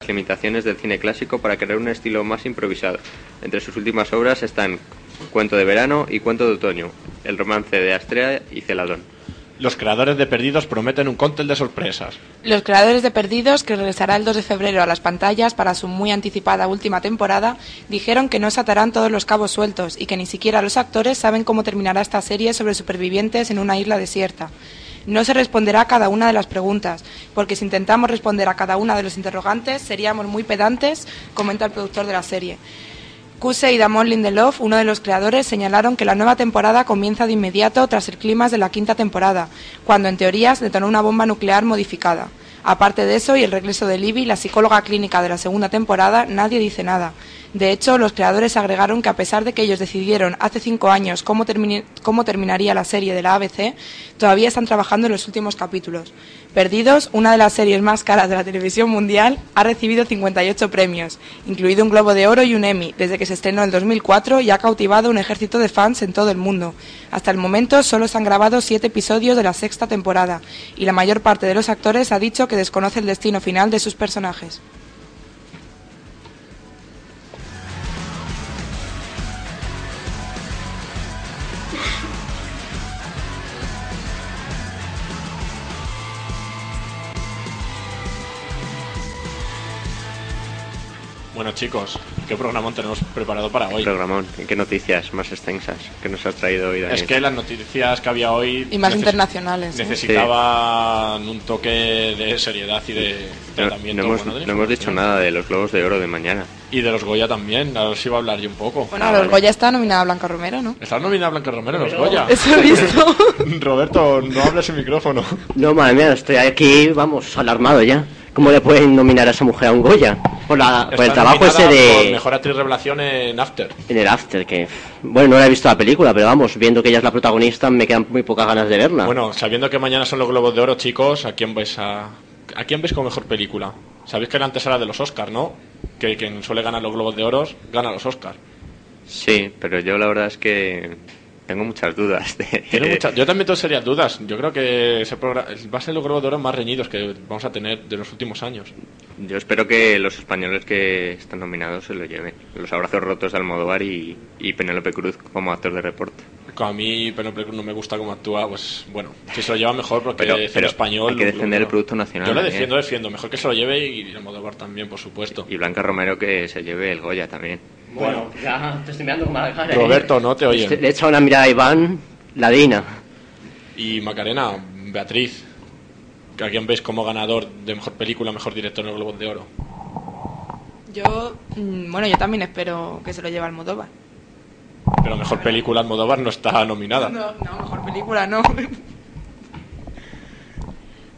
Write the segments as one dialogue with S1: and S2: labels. S1: las limitaciones del cine clásico para crear un estilo más improvisado. Entre sus últimas obras están Cuento de verano y Cuento de otoño, el romance de Astrea y Celadón.
S2: Los creadores de Perdidos prometen un cóctel de sorpresas.
S3: Los creadores de Perdidos, que regresará el 2 de febrero a las pantallas para su muy anticipada última temporada, dijeron que no se atarán todos los cabos sueltos y que ni siquiera los actores saben cómo terminará esta serie sobre supervivientes en una isla desierta. No se responderá a cada una de las preguntas, porque si intentamos responder a cada una de los interrogantes seríamos muy pedantes, comenta el productor de la serie. Cuse y Damon Lindelof, uno de los creadores, señalaron que la nueva temporada comienza de inmediato tras el clímax de la quinta temporada, cuando en teoría se detonó una bomba nuclear modificada. Aparte de eso y el regreso de Libby, la psicóloga clínica de la segunda temporada, nadie dice nada. De hecho, los creadores agregaron que a pesar de que ellos decidieron hace cinco años cómo, termini- cómo terminaría la serie de la ABC, todavía están trabajando en los últimos capítulos. Perdidos, una de las series más caras de la televisión mundial, ha recibido 58 premios, incluido un Globo de Oro y un Emmy, desde que se estrenó en 2004 y ha cautivado un ejército de fans en todo el mundo. Hasta el momento solo se han grabado siete episodios de la sexta temporada, y la mayor parte de los actores ha dicho que desconoce el destino final de sus personajes.
S2: Bueno, chicos, ¿qué programa tenemos preparado para hoy?
S1: Programón, ¿y ¿qué noticias más extensas que nos has traído hoy, Daniel?
S2: Es que las noticias que había hoy.
S3: Y más
S2: neces-
S3: internacionales, ¿eh?
S2: Necesitaban un toque de seriedad y de
S1: no,
S2: tratamiento.
S1: no hemos,
S2: Bueno, tenéis
S1: no hemos dicho
S2: información.
S1: nada de los globos de oro de mañana.
S2: Y de los Goya también, ahora os iba a hablar yo un poco.
S3: Bueno, a los Goya está nominada Blanca Romero, ¿no?
S2: Está nominada Blanca Romero en los Goya.
S3: Eso he visto.
S2: Roberto, no hables en micrófono.
S4: No, madre mía, estoy aquí, vamos, alarmado ya. ¿Cómo le pueden nominar a esa mujer a un Goya? Por, la, por el
S2: Está
S4: trabajo ese
S2: nominada por
S4: de...
S2: Mejor actriz revelación en After.
S4: En el After, que... Bueno, no la he visto la película, pero vamos, viendo que ella es la protagonista, me quedan muy pocas ganas de
S1: Ah.
S4: verla.
S2: Bueno, sabiendo que mañana son los Globos de Oro, chicos, ¿a quién vais a, a quién veis como mejor película? Sabéis que la antesala de los Oscars, ¿no? Que quien suele ganar los Globos de Oro gana los Oscars.
S1: Sí, pero yo la verdad es que tengo muchas dudas. de-
S2: Tiene mucha- Yo también tengo serias dudas. Yo creo que ese progra- va a ser los Globos de Oro más reñidos que vamos a tener de los últimos años.
S1: Yo espero que los españoles que están nominados se lo lleven. Los abrazos rotos de Almodóvar y, y Penélope Cruz como actor de reporte.
S2: Como a mí Penélope Cruz no me gusta cómo actúa, pues bueno, si se lo lleva mejor porque
S1: Pero-
S2: es
S1: pero
S2: español.
S1: hay que
S2: lo-
S1: defender
S2: lo-
S1: el producto nacional,
S2: Yo lo
S1: ¿eh?
S2: defiendo, defiendo. Mejor que se lo lleve y Almodóvar también, por supuesto.
S1: Y Blanca Romero que se lleve el Goya también.
S2: Bueno,
S4: ya te estoy mirando con mala cara. ¿eh?
S2: Roberto, no
S1: Este-
S2: te oyen.
S4: Le he echado una mirada a Iván, la Dina.
S2: Y Macarena, Beatriz, que a quién veis como ganador de mejor película, mejor director en los Globos de Oro.
S3: Yo, mm, bueno, yo también espero que se lo lleve Almodóvar.
S2: Pero mejor película Almodóvar no está nominada.
S3: No, no, mejor película, no.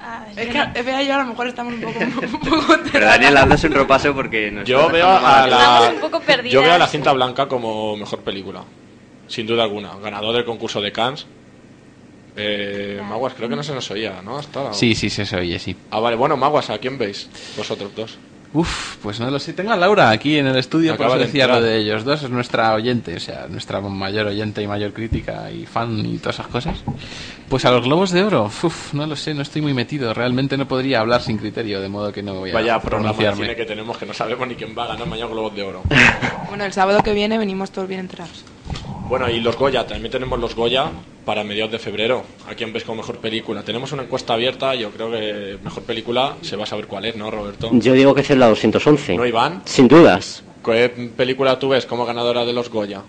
S5: Ah,
S3: Es
S5: yo
S3: que
S5: no-
S3: es verdad, yo a lo mejor estamos un poco... Un poco
S1: Pero Daniel, hablas un repaso porque nos
S2: Yo
S1: está
S2: veo
S1: dejando
S2: a
S1: mal.
S2: la
S5: Estamos un poco perdidas.
S2: Yo veo a la cinta blanca como mejor película. Sin duda alguna, ganador del concurso de Cannes. Eh, Maguas, creo que no se nos oía, ¿no? Hasta ahora.
S6: Sí, sí, sí, se oye, sí.
S2: Ah, vale, bueno, Maguas, ¿a quién veis? Vosotros dos.
S6: Uf, pues no lo sé. Tengo a Laura aquí en el estudio, por
S2: Acaba
S6: eso
S2: de
S6: decía
S2: entrar.
S6: lo de ellos dos. Es nuestra oyente, o sea, nuestra mayor oyente y mayor crítica y fan y todas esas cosas. Pues a los globos de oro, uf, no lo sé, no estoy muy metido. Realmente no podría hablar sin criterio, de modo que no voy a
S2: Vaya programa de
S6: pronunciarme.
S2: cine que tenemos que no sabemos ni quién va a ganar mañana Globos de Oro.
S3: Bueno, el sábado que viene venimos todos bien entrados.
S2: Bueno, y los Goya, también tenemos los Goya para mediados de febrero. ¿A quién ves como mejor película? Tenemos una encuesta abierta, yo creo que mejor película se va a saber cuál es, ¿no, Roberto?
S4: Yo digo que es la 211.
S2: ¿No, Iván?
S4: Sin dudas.
S2: ¿Qué película tú ves como ganadora de los Goya?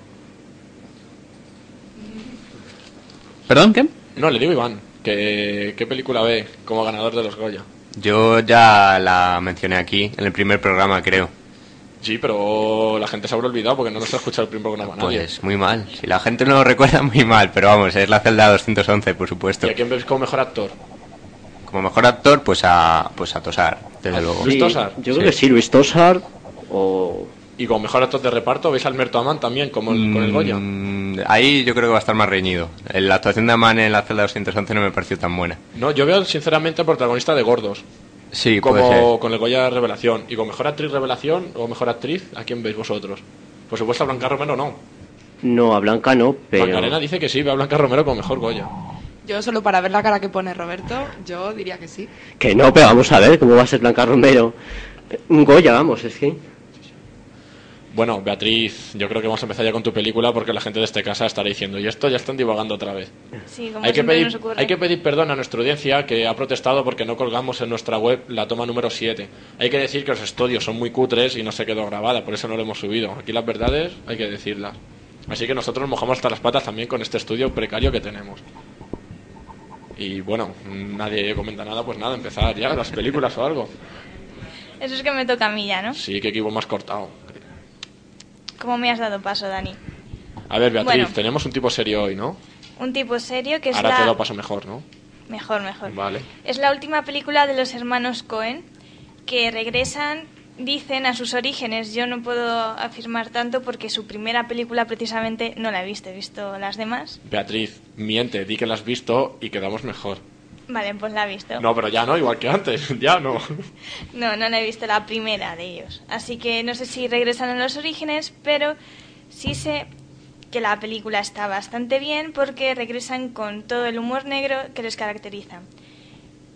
S6: ¿Perdón, qué?
S2: No, le digo Iván, que, ¿qué película ve como ganador de los Goya?
S1: Yo ya la mencioné aquí, en el primer programa, creo.
S2: Sí, pero la gente se habrá olvidado porque no nos ha escuchado el primer programa nadie.
S1: Pues muy mal. Si la gente no lo recuerda, muy mal. Pero vamos, es la celda 211, por supuesto.
S2: ¿Y a quién ves como mejor actor?
S1: Como mejor actor, pues a, pues a Tosar,
S5: desde luego.
S2: Luis
S4: Sí,
S2: Tosar.
S4: Yo creo que sí, Luis Tosar o...
S2: Y como mejor actor de reparto, veis a Alberto Amán también, como el- con el Goya.
S5: Mm, Ahí yo creo que va a estar más reñido. La actuación de Aman en la celda 211 no me pareció tan buena.
S2: No, yo veo sinceramente al protagonista de Gordos,
S5: Sí, puede ser.
S2: como con el Goya Revelación. Y con mejor actriz Revelación o mejor actriz, ¿a quién veis vosotros? Por supuesto, a Blanca Romero no.
S4: No, a Blanca no, pero...
S2: Macarena dice que sí, ve a Blanca Romero como mejor Goya.
S3: Yo solo para ver la cara que pone Roberto, yo diría que sí.
S4: Que no, pero vamos a ver cómo va a ser Blanca Romero. Un Goya, vamos, es que...
S2: Bueno, Beatriz, yo creo que vamos a empezar ya con tu película porque la gente de este casa estará diciendo, y esto ya están divagando otra vez.
S7: Sí, como
S2: Hay que,
S7: siempre
S2: pedir,
S7: nos ocurre.
S2: hay que pedir perdón a nuestra audiencia que ha protestado porque no colgamos en nuestra web la toma número 7. Hay que decir que los estudios son muy cutres y no se quedó grabada, por eso no lo hemos subido. Aquí las verdades hay que decirlas. Así que nosotros mojamos hasta las patas también con este estudio precario que tenemos. Y bueno, nadie comenta nada, pues nada, empezar ya las películas o algo.
S7: Eso es que me toca a mí ya, ¿no?
S2: Sí, que equipo más cortado.
S7: ¿Cómo me has dado paso, Dani?
S2: A ver, Beatriz,
S7: Bueno.
S2: tenemos un tipo serio hoy, ¿no?
S7: Un tipo serio que es
S2: Ahora
S7: la...
S2: te lo paso mejor, ¿no?
S7: Mejor, mejor.
S2: Vale.
S7: Es la última película de los hermanos Cohen que regresan, dicen, a sus orígenes. Yo no puedo afirmar tanto porque su primera película precisamente no la he visto, he visto las demás.
S2: Beatriz, miente, di que la has visto y quedamos mejor.
S7: Vale, pues la he visto.
S2: No, pero ya no, igual que antes, ya no.
S7: No, no la he visto la primera de ellos. Así que no sé si regresan a los orígenes, pero sí sé que la película está bastante bien porque regresan con todo el humor negro que les caracteriza.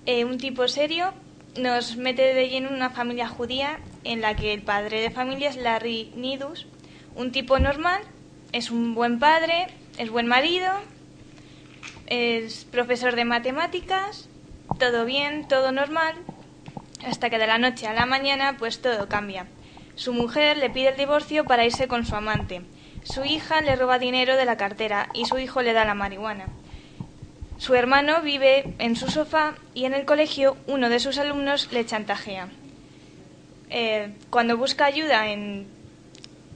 S7: Eh, un tipo serio nos mete de lleno en una familia judía en la que el padre de familia es Larry Nidus. Un tipo normal, es un buen padre, es buen marido, es profesor de matemáticas, todo bien, todo normal, hasta que de la noche a la mañana pues todo cambia. Su mujer le pide el divorcio para irse con su amante. Su hija le roba dinero de la cartera y su hijo le da la marihuana. Su hermano vive en su sofá y en el colegio uno de sus alumnos le chantajea. Eh, cuando busca ayuda en,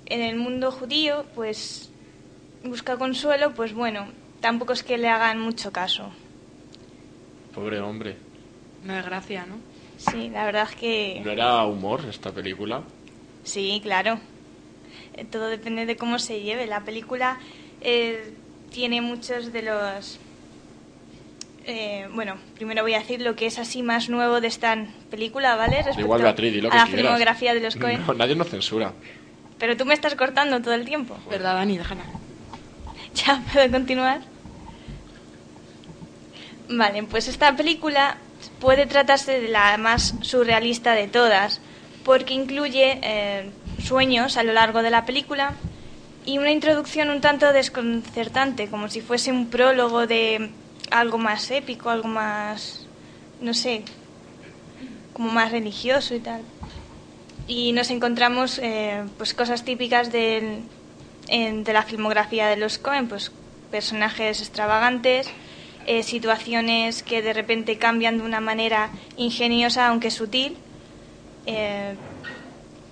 S7: en el mundo judío, pues busca consuelo, pues bueno, tampoco es que le hagan mucho caso.
S2: Pobre hombre.
S8: No es gracia, ¿no?
S7: Sí, la verdad es que...
S2: ¿No era humor esta película?
S7: Sí, claro. Eh, Todo depende de cómo se lleve. La película eh, tiene muchos de los... eh, bueno, primero voy a decir lo que es así más nuevo de esta película, ¿vale?
S2: Da
S7: Respecto
S2: igual Beatriz, di lo que
S7: a la
S2: quieras.
S7: filmografía de los Cohen.
S2: No, nadie nos censura.
S7: Pero tú me estás cortando todo el tiempo.
S8: ¿Verdad, Dani? Déjala.
S7: Ya puedo continuar. Vale, pues esta película puede tratarse de la más surrealista de todas, porque incluye eh, sueños a lo largo de la película y una introducción un tanto desconcertante, como si fuese un prólogo de algo más épico, algo más, no sé, como más religioso y tal y nos encontramos eh, pues cosas típicas del- en- de la filmografía de los Cohen, pues personajes extravagantes, eh, situaciones que de repente cambian de una manera ingeniosa aunque sutil, eh,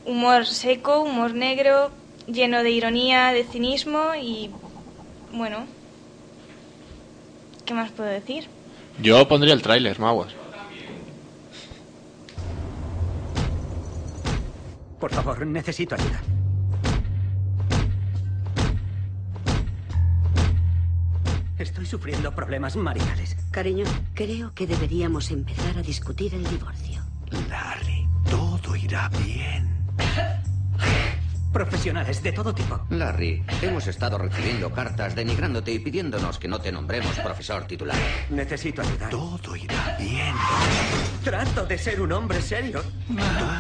S7: humor seco, humor negro, lleno de ironía, de cinismo y bueno, ¿qué más puedo decir?
S2: Yo pondría el tráiler, Maguas.
S9: Por favor, necesito ayuda. Estoy sufriendo problemas maritales.
S8: Cariño, creo que deberíamos empezar a discutir el divorcio.
S9: Larry, todo irá bien. Profesionales de todo tipo.
S10: Larry, hemos estado recibiendo cartas denigrándote y pidiéndonos que no te nombremos profesor titular.
S9: Necesito ayuda. Todo irá bien. Trato de ser un hombre serio.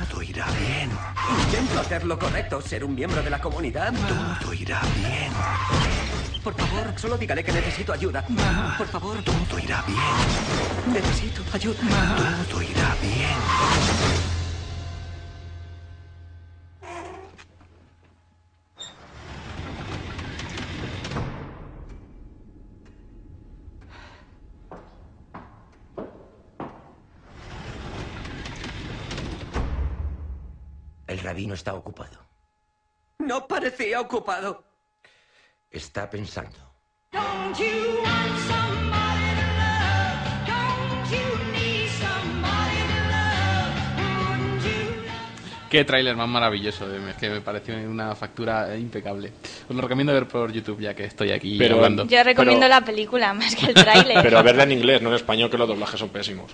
S9: Todo irá bien. Intento hacer lo correcto, ser un miembro de la comunidad. Todo irá bien. Por favor, solo dígale que necesito ayuda. Por favor. Todo irá bien. Necesito ayuda. Todo irá bien.
S10: El rabino está ocupado.
S9: No parecía ocupado.
S10: Está pensando.
S7: Don't
S6: Qué tráiler más maravilloso, de- es que me pareció una factura eh, impecable. Os lo recomiendo ver por YouTube ya que estoy aquí
S2: Pero-
S6: hablando.
S7: Yo recomiendo la película más que el tráiler.
S2: Pero verla en inglés, no en español, que los doblajes son pésimos.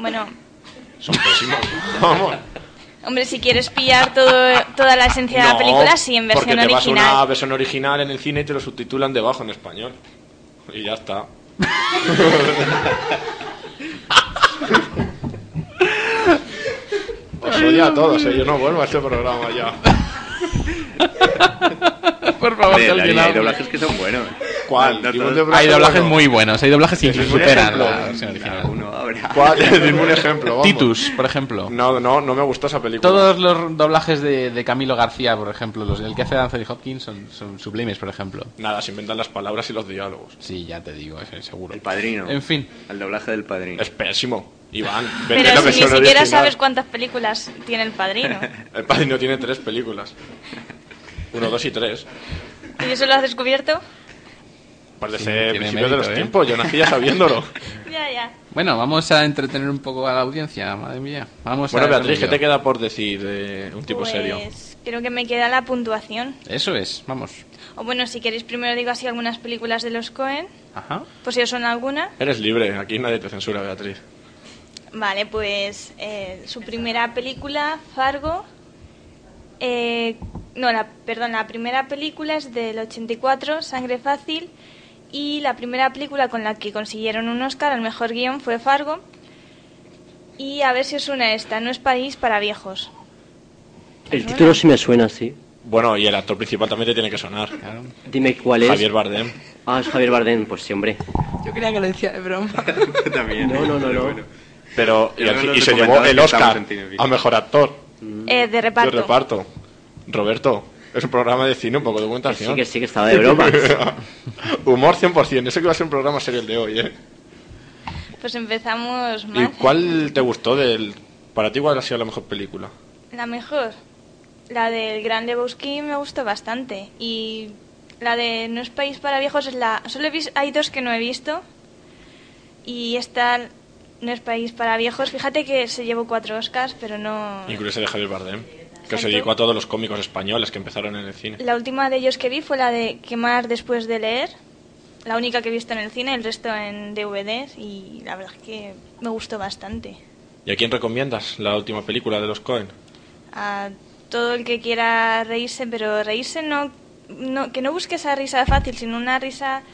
S7: Bueno,
S2: Son pésimos. Vamos.
S7: hombre, si quieres pillar todo, toda la esencia de la
S2: No,
S7: película, sí, en versión
S2: porque te vas a
S7: original.
S2: una versión original en el cine y te lo subtitulan debajo en español. Y ya está. Os odio a todos, ¿eh? yo no vuelvo a este programa ya.
S6: Por
S2: favor,
S1: Hombre,
S2: que alguien
S1: hay- hay
S2: hable.
S1: doblajes que son buenos.
S2: ¿Cuál?
S1: No,
S2: Dime un
S1: todos-
S2: doblaje
S6: Hay doblajes muy buenos, hay doblajes que
S2: Decirme un
S6: superan
S2: ejemplo.
S6: la versión original.
S2: ¿Cuál? Dime un ejemplo. vamos.
S6: Titus, por ejemplo.
S2: No, no, no me gustó esa película.
S6: Todos los doblajes de, de Camilo García, por ejemplo, los del que hace Anthony Hopkins son, son sublimes, por ejemplo.
S2: Nada, se inventan las palabras y los diálogos.
S6: Sí, ya te digo, eso es seguro.
S2: El padrino.
S6: En fin.
S2: El doblaje del padrino. Es pésimo. Iván,
S7: Pero
S2: vete la
S7: si ni
S2: versión
S7: siquiera
S2: original.
S7: sabes cuántas películas tiene el padrino.
S2: El padrino tiene tres películas. Uno, dos y tres.
S7: ¿Y eso lo has descubierto?
S2: Parece
S6: tiene
S2: principios
S6: mérito,
S2: de los
S6: ¿eh?
S2: tiempos. Yo nací ya sabiéndolo.
S7: Ya, ya.
S6: Bueno, vamos a entretener un poco a la audiencia, madre mía. Vamos
S2: bueno,
S6: a
S2: Beatriz, ¿qué
S6: verlo.
S2: te queda por decir de un tipo
S7: pues
S2: serio?
S7: creo que me queda la puntuación.
S6: Eso es, vamos.
S7: O bueno, si queréis primero digo así algunas películas de los Cohen,
S6: Ajá.
S7: pues si os son alguna.
S2: Eres libre, aquí nadie te censura, Beatriz.
S7: Vale, pues eh, su primera película, Fargo. eh, no, la, perdón, la primera película es del 84, Sangre Fácil. Y la primera película con la que consiguieron un Oscar al mejor guión fue Fargo. Y a ver si os suena esta, no es París para viejos.
S4: El título sí me suena, sí.
S2: Bueno, y el actor principal también te tiene que sonar.
S4: Dime cuál es.
S2: Javier Bardem.
S4: Ah, es Javier Bardem, pues sí, hombre.
S3: Yo creía que lo decía de broma.
S1: también.
S4: No, no, no, no.
S2: Pero, y,
S1: Yo creo
S2: aquí-
S1: que
S2: y
S1: los
S2: se llevó
S1: documentales
S2: el
S1: que estamos
S2: Oscar
S1: en Cinefilia.
S2: a mejor actor.
S7: Eh, de reparto.
S2: Mm. De reparto. Roberto, es un programa de cine, un poco de documentación.
S4: Que sí, que sí, que estaba de broma.
S2: Humor 100%. Eso que va a ser un programa serio el de hoy, ¿eh?
S7: Pues empezamos
S2: ¿Y
S7: más.
S2: cuál te gustó del... Para ti, cuál ha sido la mejor película?
S7: La mejor. La del Gran Lebowski me gustó bastante. Y la de No es País para Viejos es la... Solo he vis- hay dos que no he visto. Y esta No es País para Viejos. Fíjate que se llevó cuatro Oscars, pero no...
S2: Incluso de Javier Bardem, que se
S7: Exacto.
S2: dedicó a todos los cómicos españoles que empezaron en el cine.
S7: La última de ellos que vi fue la de Quemar después de leer. La única que he visto en el cine, el resto en DVDs. Y la verdad es que me gustó bastante.
S2: ¿Y a quién recomiendas la última película de los Cohen?
S7: a todo el que quiera reírse, pero reírse no, no que no busque esa risa fácil, sino una risa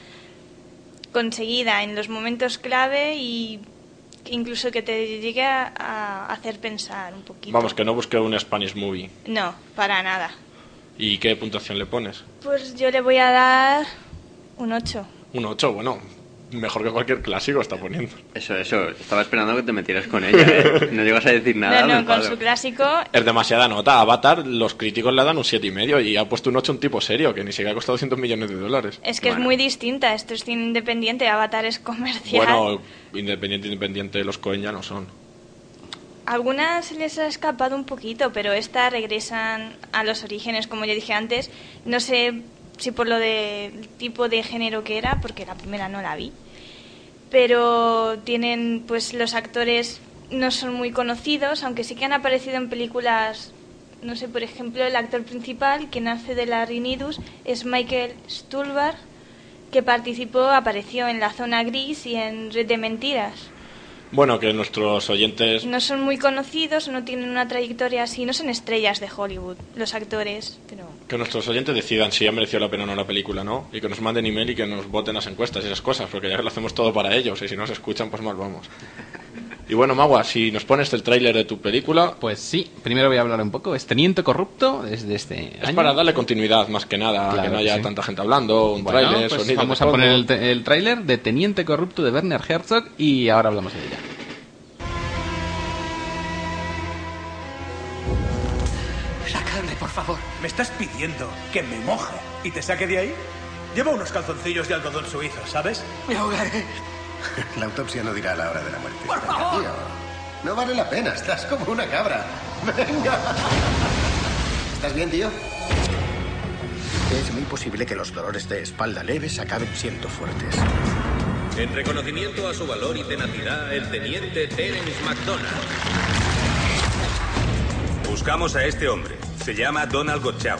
S7: conseguida en los momentos clave y que incluso que te llegue a, a hacer pensar un poquito.
S2: Vamos, que no busque un Spanish movie.
S7: No, para nada.
S2: ¿Y qué puntuación le pones?
S7: Pues yo le voy a dar un 8.
S2: Un 8, bueno, mejor que cualquier clásico está poniendo.
S1: Eso, eso. Estaba esperando que te metieras con ella. ¿eh? No llegas a decir nada.
S7: no, no,
S1: me
S7: con
S1: enfado.
S7: su clásico
S2: Es demasiada nota. Avatar, los críticos le dan un 7,5 y ha puesto un 8 un tipo serio, que ni siquiera ha costado 200 millones de dólares.
S7: es que es muy distinta. Esto es cine independiente, Avatar es comercial.
S2: Bueno, independiente, independiente, los Cohen ya no son.
S7: Algunas se les ha escapado un poquito, pero estas regresan a los orígenes, como ya dije antes. No sé si por lo del tipo de género que era, porque la primera no la vi. Pero tienen, pues los actores no son muy conocidos, aunque sí que han aparecido en películas. No sé, por ejemplo, el actor principal, que nace de la Rinidus, es Michael Stuhlbarg, que participó, apareció en La Zona Gris y en Red de Mentiras
S2: Bueno, que nuestros oyentes
S7: no son muy conocidos, no tienen una trayectoria así, no son estrellas de Hollywood los actores, pero
S2: Que nuestros oyentes decidan si ha merecido la pena o no la película, ¿no? Y que nos manden email y que nos voten las encuestas y esas cosas, porque ya lo hacemos todo para ellos, y si no nos escuchan, pues mal vamos. Y bueno, Magua, si nos pones el tráiler de tu película,
S6: Pues sí, primero voy a hablar un poco. Es Teniente Corrupto desde este
S2: es
S6: año.
S2: para darle continuidad más que nada,
S6: Claro
S2: que no
S6: que
S2: haya
S6: sí.
S2: tanta gente hablando, un
S6: Bueno,
S2: tráiler,
S6: pues
S2: sonido.
S6: vamos
S2: de
S6: a poner
S2: fondo.
S6: el, te- el tráiler de Teniente Corrupto de Werner Herzog y ahora hablamos de ella.
S9: Sacadme, por favor. ¿Me estás pidiendo que me moje y te saque de ahí? Lleva unos calzoncillos de algodón suizo, ¿sabes? Me ahogaré.
S11: La autopsia no dirá la hora de la muerte.
S9: Por
S11: Venga,
S9: favor.
S11: tío. No vale la pena, estás como una cabra. Venga. ¿Estás bien, tío? Es muy posible que los dolores de espalda leves acaben siendo fuertes.
S12: En reconocimiento a su valor y tenacidad, el teniente Terence McDonald Buscamos a este hombre. Se llama Donald Gottschau.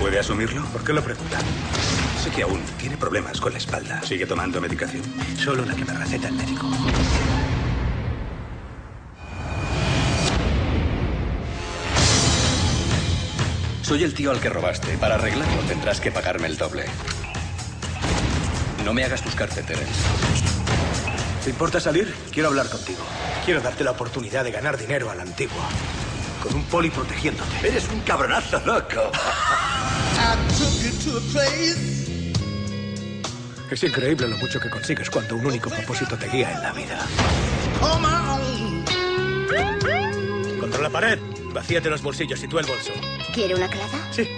S12: ¿Puede asumirlo? ¿Por qué lo pregunta? Sé que aún tiene problemas con la espalda. ¿Sigue tomando medicación? Solo la que me receta el médico.
S13: Soy el tío al que robaste. Para arreglarlo tendrás que pagarme el doble. No me hagas buscarte, Terence.
S14: ¿Te importa salir? Quiero hablar contigo. Quiero darte la oportunidad de ganar dinero a la antigua. Con un poli protegiéndote.
S13: Eres un cabronazo loco.
S14: Es increíble lo mucho que consigues cuando un único propósito te guía en la vida.
S9: Contra la pared. Vacíate los bolsillos y tú el bolso.
S8: ¿Quiere una clara?
S9: Sí.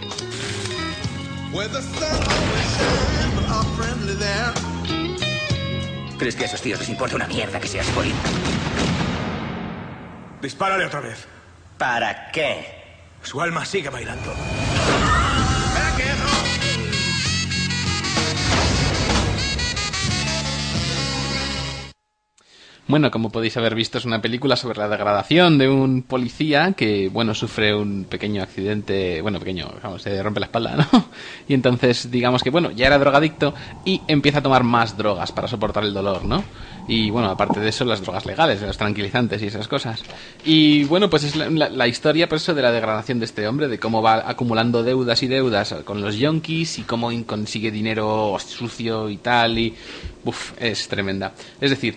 S13: ¿Crees que a esos tíos les importa una mierda que seas poli?
S14: Dispárale otra vez.
S13: ¿Para qué?
S14: Su alma sigue bailando.
S6: Bueno, como podéis haber visto, es una película sobre la degradación de un policía que, bueno, sufre un pequeño accidente, bueno, pequeño, vamos, se rompe la espalda, ¿no? Y entonces, digamos que, bueno, ya era drogadicto y empieza a tomar más drogas para soportar el dolor, ¿no? Y, bueno, aparte de eso, las drogas legales, los tranquilizantes y esas cosas. Y, bueno, pues es la, la, la historia, por eso, de la degradación de este hombre, de cómo va acumulando deudas y deudas con los yonkis y cómo consigue dinero sucio y tal, y, uff, es tremenda. Es decir,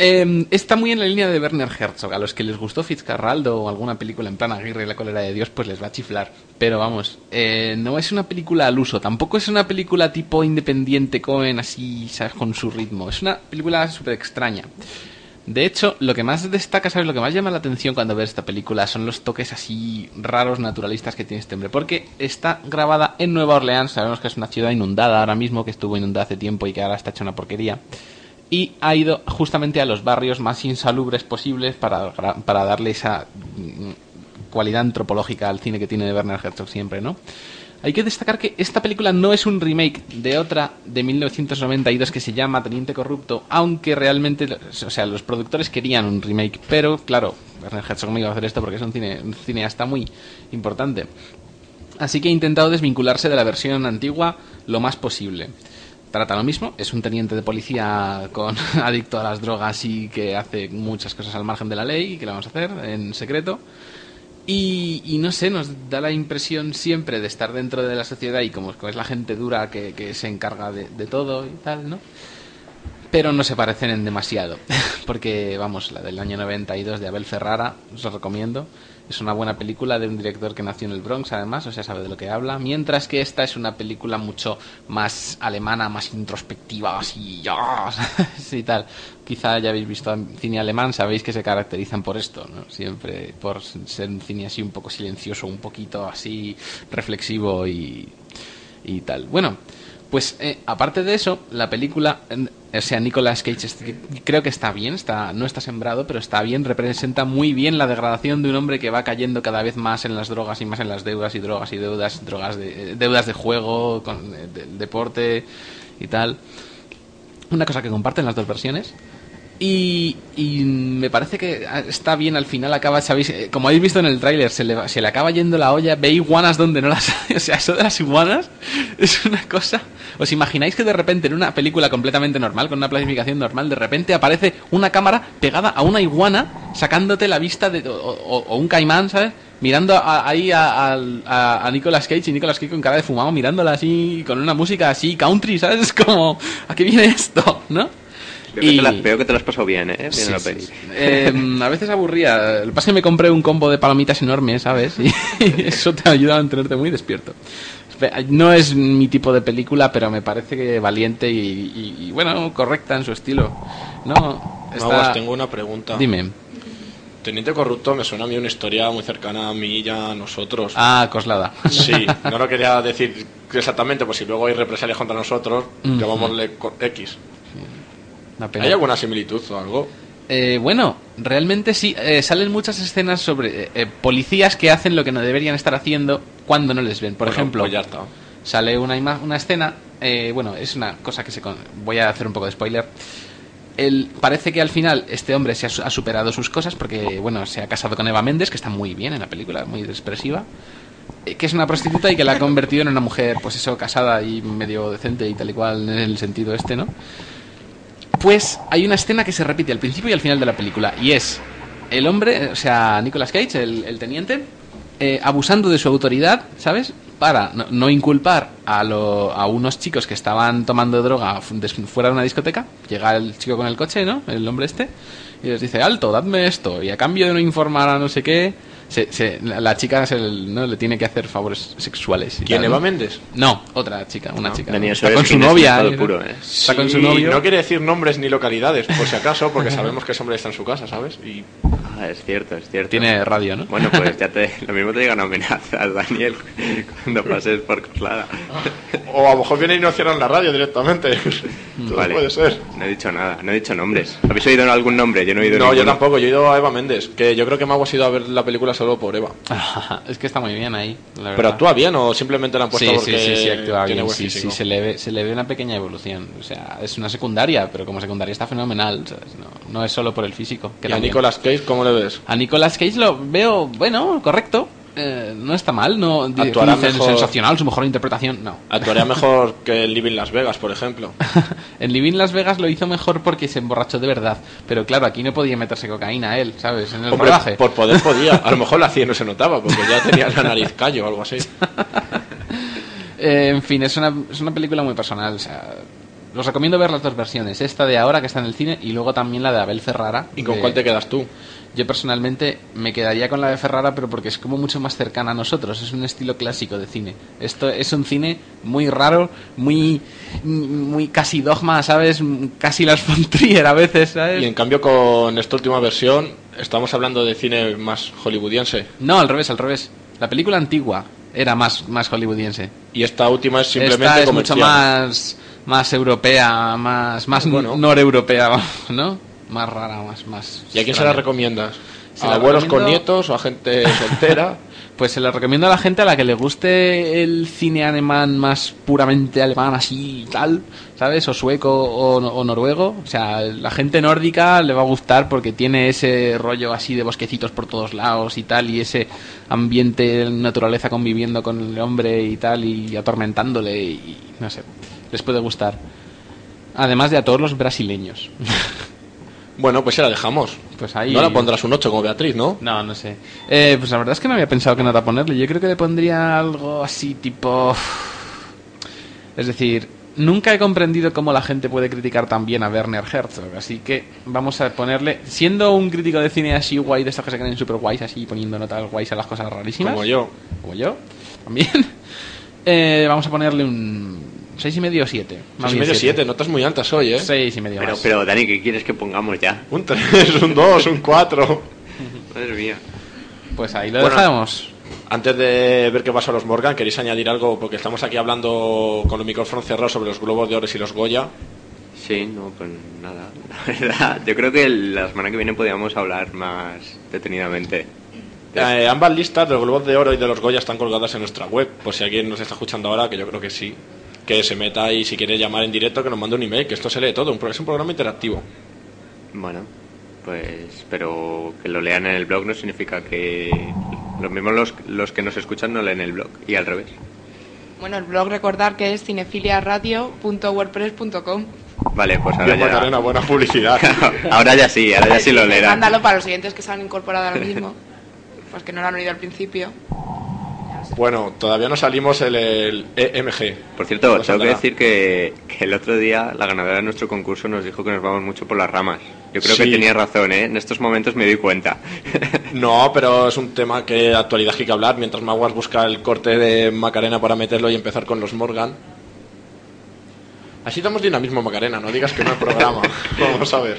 S6: eh, está muy en la línea de Werner Herzog. A los que les gustó Fitzcarraldo o alguna película en plan Aguirre y la cólera de Dios, pues les va a chiflar. Pero vamos, eh, no es una película al uso. Tampoco es una película tipo independiente, Cohen, así, ¿sabes? Con su ritmo. Es una película súper extraña. De hecho, lo que más destaca, ¿sabes? Lo que más llama la atención cuando ves esta película son los toques así raros, naturalistas que tiene este hombre. Porque está grabada en Nueva Orleans. Sabemos que es una ciudad inundada ahora mismo, que estuvo inundada hace tiempo y que ahora está hecha una porquería y ha ido justamente a los barrios más insalubres posibles para, para, darle esa mm, cualidad antropológica al cine que tiene de Werner Herzog siempre, ¿no? Hay que destacar que esta película no es un remake de otra de 1992 que se llama Teniente Corrupto, aunque realmente, o sea, los productores querían un remake, pero claro, Werner Herzog no iba a hacer esto porque es un, cine, un cineasta muy importante. Así que he intentado desvincularse de la versión antigua lo más posible trata lo mismo. Es un teniente de policía con adicto a las drogas y que hace muchas cosas al margen de la ley y que la vamos a hacer en secreto. Y, y, no sé, nos da la impresión siempre de estar dentro de la sociedad y como es la gente dura que, que se encarga de, de todo y tal, ¿no? Pero no se parecen en demasiado. Porque, vamos, la del año 92 de Abel Ferrara, os lo recomiendo. Es una buena película de un director que nació en el Bronx, además, o sea, sabe de lo que habla. Mientras que esta es una película mucho más alemana, más introspectiva, así, y tal. Quizá ya habéis visto cine alemán, sabéis que se caracterizan por esto, ¿no? Siempre por ser un cine así un poco silencioso, un poquito así reflexivo y, y tal. Bueno, pues eh, aparte de eso, la película, eh, o sea, Nicolas Cage este, creo que está bien, está no está sembrado, pero está bien, representa muy bien la degradación de un hombre que va cayendo cada vez más en las drogas y más en las deudas y drogas y deudas, drogas de, eh, deudas de juego, con eh, de, de, deporte y tal. Una cosa que comparten las dos versiones. Y, y, me parece que está bien al final, acaba, sabéis, Eh, como habéis visto en el tráiler, se le, se le acaba yendo la olla, ve iguanas donde no las hay, o sea, eso de las iguanas es una cosa... ¿Os imagináis que de repente en una película completamente normal, con una planificación normal, de repente aparece una cámara pegada a una iguana, sacándote la vista de, o, o, o un caimán, ¿sabes? Mirando a, ahí a, a, a, Nicolas Cage y Nicolas Cage con cara de fumado, mirándola así, con una música así, country, ¿sabes? Es como, ¿a qué viene esto? ¿No?
S1: Creo, y... que, te las, veo que te las pasó bien, ¿eh? Bien
S6: sí, la peli. Sí, sí. eh a veces aburría. Lo que pasa es que me compré un combo de palomitas enorme, ¿sabes? Y eso te ayuda a mantenerte muy despierto. No es mi tipo de película, pero me parece que valiente y, y, y bueno, correcta en su estilo. No,
S2: Está... Maguas, pues tengo una pregunta.
S6: Dime.
S2: Teniente Corrupto me suena a mí una historia muy cercana a mí y a nosotros.
S6: Ah, coslada.
S2: Sí, no lo quería decir exactamente, pues si luego hay represalias contra nosotros, uh -huh. llamámosle X. ¿Hay alguna similitud o algo?
S6: Eh, bueno, realmente sí. Eh, salen muchas escenas sobre eh, policías que hacen lo que no deberían estar haciendo cuando no les ven. Por bueno, ejemplo,
S2: pues
S6: eh, sale una, una escena. bueno, es una cosa que se. Con... Voy a hacer un poco de spoiler. el- parece que al final este hombre se ha, su- ha superado sus cosas porque, bueno, se ha casado con Eva Méndez, que está muy bien en la película, muy expresiva, eh, que es una prostituta y que la ha convertido en una mujer, pues eso, casada y medio decente y tal y cual en el sentido este, ¿no? Pues hay una escena que se repite al principio y al final de la película, y es el hombre, eh, o sea, Nicolas Cage, el, el teniente, eh, abusando de su autoridad, ¿sabes? Para no, no inculpar a, lo- a unos chicos que estaban tomando droga fu- des- fuera de una discoteca. Llega el chico con el coche, ¿no? El hombre este. Y les dice, alto, dadme esto. Y a cambio de no informar a no sé qué, se- se- la, la chica se- no le tiene que hacer favores sexuales. y
S2: ¿Quién,
S6: tal,
S2: Eva
S6: ¿no?
S2: Méndez?
S6: No, otra chica, una
S2: No.
S6: chica.
S2: Daniel
S6: Está
S2: Soler
S6: con su
S2: Gines,
S6: novia.
S2: estado
S6: ¿eh?
S2: puro, ¿eh?
S6: Está con
S2: Sí,
S6: su novio.
S2: No quiere decir nombres ni localidades, por si acaso, porque sabemos que ese hombre está en su casa, ¿sabes? Y
S1: Ah, es cierto, es cierto.
S6: Tiene radio, ¿no?
S1: Bueno, pues ya te, lo mismo te llegan amenazas, Daniel, cuando pases por Coslada.
S2: O a lo mejor vienen y no cierran la radio directamente. Todo
S1: Vale.
S2: puede ser.
S1: No he dicho nada, no he dicho nombres. ¿Habéis oído algún nombre? Yo no he oído
S2: No, yo
S1: ninguno.
S2: tampoco, yo he ido a Eva Méndez, que yo creo que Mago ha ido a ver la película solo por Eva.
S6: es que está muy bien ahí, la
S2: Pero
S6: verdad.
S2: actúa bien o simplemente la han puesto
S6: sí,
S2: porque
S6: sí, sí, sí, actúa
S2: tiene
S6: bien,
S2: buen
S6: sí,
S2: físico.
S6: sí, se le, ve, se le ve una pequeña evolución. O sea, es una secundaria, pero como secundaria está fenomenal. ¿sabes? No, no es solo por el físico. Que
S2: ¿Y a
S6: también.
S2: Nicolas Cage cómo le ves?
S6: A Nicolas Cage lo veo, bueno, correcto. Eh, no está mal, no di-
S2: Actuará
S6: dicen
S2: mejor-
S6: sensacional, su mejor interpretación, no.
S2: Actuaría mejor que en Living Las Vegas, por ejemplo.
S6: En Living Las Vegas lo hizo mejor porque se emborrachó de verdad. Pero claro, aquí no podía meterse cocaína él, ¿sabes? En el
S2: Hombre,
S6: rodaje.
S2: por poder podía. A lo mejor la hacía y no se notaba, porque ya tenía la nariz callo o algo así.
S6: Eh, en fin, es una, es una película muy personal. O sea, os recomiendo ver las dos versiones. Esta de ahora que está en el cine y luego también la de Abel Ferrara.
S2: ¿Y con
S6: de-
S2: cuál te quedas tú?
S6: Yo personalmente me quedaría con la de Ferrara, pero porque es como mucho más cercana a nosotros. Es un estilo clásico de cine. Esto es un cine muy raro, muy, muy casi dogma, ¿sabes? Casi las von Trier a veces, ¿sabes?
S2: Y en cambio con esta última versión estamos hablando de cine más hollywoodiense.
S6: No, al revés, al revés. La película antigua era más, más hollywoodiense.
S2: Y esta última es simplemente
S6: Esta es mucho
S2: comercial.
S6: más, más europea, más, más noreuropea, ¿no? Más rara, más... más
S2: ¿Y a quién se la
S6: extraña.
S2: recomiendas?
S6: Se
S2: ¿A
S6: la
S2: abuelos con
S6: recomiendo-
S2: nietos o a gente soltera?
S6: Pues se la recomiendo a la gente a la que le guste el cine alemán más puramente alemán, así y tal, ¿sabes? O sueco o, no- o noruego. O sea, la gente nórdica le va a gustar porque tiene ese rollo así de bosquecitos por todos lados y tal, y ese ambiente, naturaleza conviviendo con el hombre y tal, y atormentándole, y no sé, les puede gustar. Además de a todos los brasileños.
S2: bueno, pues ya la dejamos.
S6: Pues ahí...
S2: No la pondrás un 8 como Beatriz, ¿no?
S6: No, no sé. Eh, pues la verdad es que no había pensado que nota ponerle. Yo creo que le pondría algo así tipo... Es decir, nunca he comprendido cómo la gente puede criticar tan bien a Werner Herzog. Así que vamos a ponerle... Siendo un crítico de cine así guay, de estos que se creen super guays, así poniendo notas guays a las cosas rarísimas.
S2: Como yo.
S6: Como yo, también. eh, vamos a ponerle un... Seis y medio o siete. Más
S2: Seis y
S6: bien
S2: medio
S6: siete.
S2: 7, notas muy altas hoy, ¿eh?
S6: Seis y medio
S1: Pero,
S6: más.
S1: pero, Dani, ¿qué quieres que pongamos ya?
S2: Un 3, un 2, un 4.
S1: Madre mía.
S6: Pues ahí lo
S2: Bueno,
S6: dejamos.
S2: Antes de ver qué pasa a los Morgan, ¿queréis añadir algo? Porque estamos aquí hablando con el micrófono cerrado sobre los globos de oro y los Goya.
S1: Sí, no, pues nada. La verdad, yo creo que la semana que viene podríamos hablar más detenidamente.
S2: Eh, ambas listas de los globos de oro y de los Goya están colgadas en nuestra web. Por si alguien nos está escuchando ahora, que yo creo que sí, que se meta y si quiere llamar en directo, que nos mande un email, que esto se lee todo. un pro- Es un programa interactivo.
S1: Bueno, pues, pero que lo lean en el blog no significa que. Lo mismo los, los que nos escuchan no leen el blog, y al revés.
S3: Bueno, el blog recordar que es cinefiliaradio.wordpress.com.
S1: Vale, pues ahora
S2: Bien,
S1: ya.
S2: Macarena, buena publicidad.
S1: ahora ya sí, ahora ya sí lo
S3: Eh,
S1: leerán.
S3: Mándalo para los oyentes que se han incorporado ahora mismo, los que no lo han oído al principio.
S2: Bueno, todavía no salimos el, el EMG.
S1: Por cierto,
S2: No
S1: tengo que
S2: saldrá.
S1: decir que, que el otro día la ganadora de nuestro concurso nos dijo que nos vamos mucho por las ramas. Yo creo
S2: Sí.
S1: que tenía razón, ¿eh? En estos momentos me doy cuenta.
S2: No, pero es un tema que de actualidad hay que hablar. Mientras Maguas busca el corte de Macarena para meterlo y empezar con los Morgan. Así damos dinamismo, Macarena. No digas que no hay programa. Vamos a ver.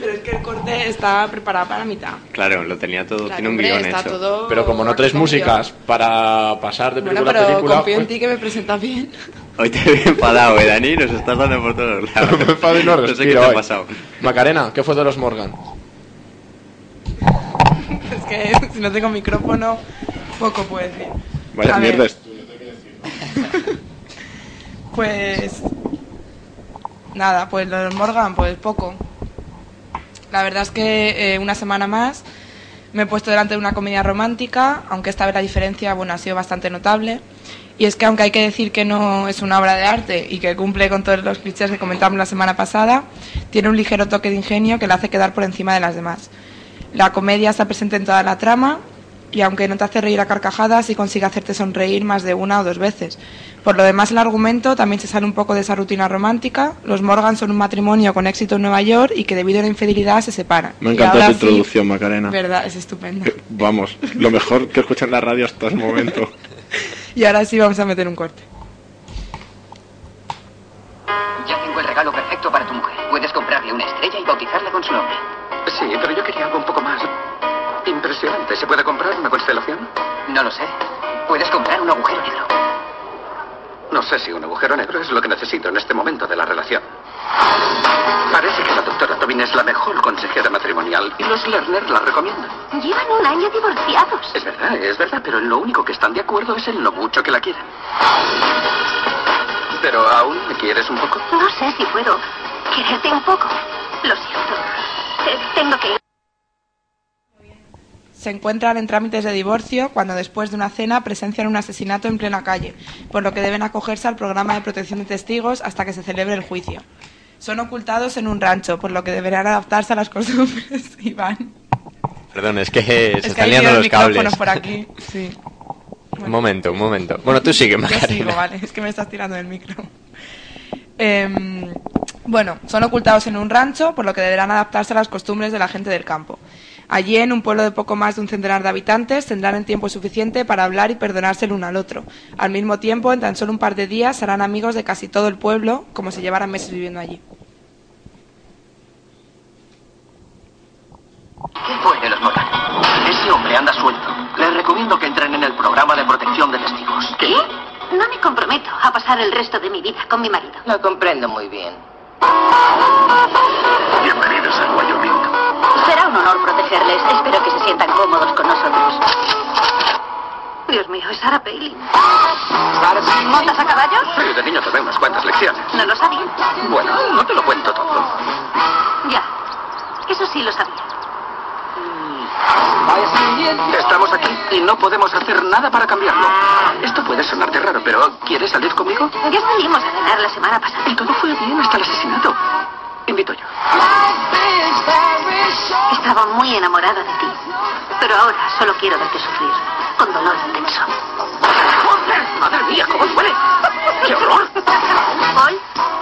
S3: Pero es que el corte está preparado para la mitad.
S1: Claro, lo tenía todo,
S3: Claro,
S1: tiene un
S3: hombre,
S1: guión
S3: está
S1: hecho.
S3: todo
S2: Pero como no traes
S3: con
S2: músicas para pasar de
S3: Bueno,
S2: película
S3: pero
S2: a película,
S3: confío en
S2: pues,
S3: ti que me presentas bien.
S1: Hoy te veo enfadado, ¿eh, Dani? Nos estás dando por todos lados.
S2: me enfado y no
S1: No sé qué
S2: respiro
S1: te ha
S2: hoy.
S1: pasado.
S2: Macarena, ¿qué fue de los Morgan?
S3: Es que si no tengo micrófono, poco puedo decir.
S2: Vaya
S3: A ver,
S2: mierda es-
S3: Pues. Nada, pues lo de Morgan, pues poco. La verdad es que eh, una semana más me he puesto delante de una comedia romántica, aunque esta vez la diferencia bueno, ha sido bastante notable. Y es que aunque hay que decir que no es una obra de arte y que cumple con todos los clichés que comentamos la semana pasada, tiene un ligero toque de ingenio que la hace quedar por encima de las demás. La comedia está presente en toda la trama y aunque no te hace reír a carcajadas, sí consigue hacerte sonreír más de una o dos veces. Por lo demás, el argumento también se sale un poco de esa rutina romántica. Los Morgan son un matrimonio con éxito en Nueva York y que debido a la infidelidad se separan.
S15: Me
S3: Y
S15: encanta
S3: ahora
S15: tu
S3: sí,
S15: introducción, Macarena.
S3: Verdad, es estupendo.
S15: Vamos, lo mejor que escuchar la radio hasta el momento.
S3: Y ahora sí vamos a meter un corte.
S16: Ya tengo el regalo perfecto para tu mujer. Puedes comprarle una estrella y bautizarla con su nombre. Sí, pero yo quería algo un poco más impresionante. ¿Se puede comprar una constelación? No lo sé. Puedes comprar un agujero negro.
S17: No sé si un agujero negro es lo que necesito en este momento de la relación. Parece que la doctora Tobin es la mejor consejera matrimonial y los Lerner la recomiendan.
S18: Llevan un año divorciados.
S17: Es verdad, es verdad, pero en lo único que están de acuerdo es en lo mucho que la quieren. Pero aún me quieres un poco.
S18: No sé si puedo quererte un poco. Lo siento. Eh, Tengo que ir.
S3: Se encuentran en trámites de divorcio cuando después de una cena presencian un asesinato en plena calle, por lo que deben acogerse al programa de protección de testigos hasta que se celebre el juicio. Son ocultados en un rancho, por lo que deberán adaptarse a las costumbres y van.
S5: Perdón, es que eh, se
S3: Es que
S5: están
S3: hay
S5: liando
S3: los
S5: los cables.
S3: micrófonos por aquí. Sí.
S5: Un momento, un momento. Bueno, tú sigue,
S3: Yo sigo,
S5: Macarena.
S3: vale, es que me estás tirando del micro. Em, bueno, son ocultados en un rancho, por lo que deberán adaptarse a las costumbres de la gente del campo. Allí, en un pueblo de poco más de un centenar de habitantes, tendrán el tiempo suficiente para hablar y perdonarse el uno al otro. Al mismo tiempo, en tan solo un par de días, serán amigos de casi todo el pueblo, como si llevaran meses viviendo allí.
S17: ¿Qué fue de los Morgan? Ese hombre anda suelto. Les recomiendo que entren en el programa de protección de testigos.
S18: ¿Qué? No me comprometo a pasar el resto de mi vida con mi marido. Lo comprendo muy bien.
S17: Bienvenidos a Wyoming.
S18: Será un honor protegerles. Espero que se sientan cómodos con nosotros. Dios mío, es Sarah Palin. ¿Montas a caballo?
S17: Sí, de niño te doy unas cuantas lecciones.
S18: No lo sabía.
S17: Bueno, no te lo cuento todo.
S18: Ya. Eso sí lo sabía.
S17: Estamos aquí y no podemos hacer nada para cambiarlo. Esto puede sonarte raro, pero ¿quieres salir conmigo?
S18: Ya salimos a cenar la semana pasada.
S17: Y todo fue bien hasta el asesinato. Invito yo.
S18: Estaba muy enamorada de ti. Pero ahora solo quiero verte sufrir. Con dolor intenso.
S17: ¡Madre mía, cómo duele! ¡Qué horror!
S18: Paul,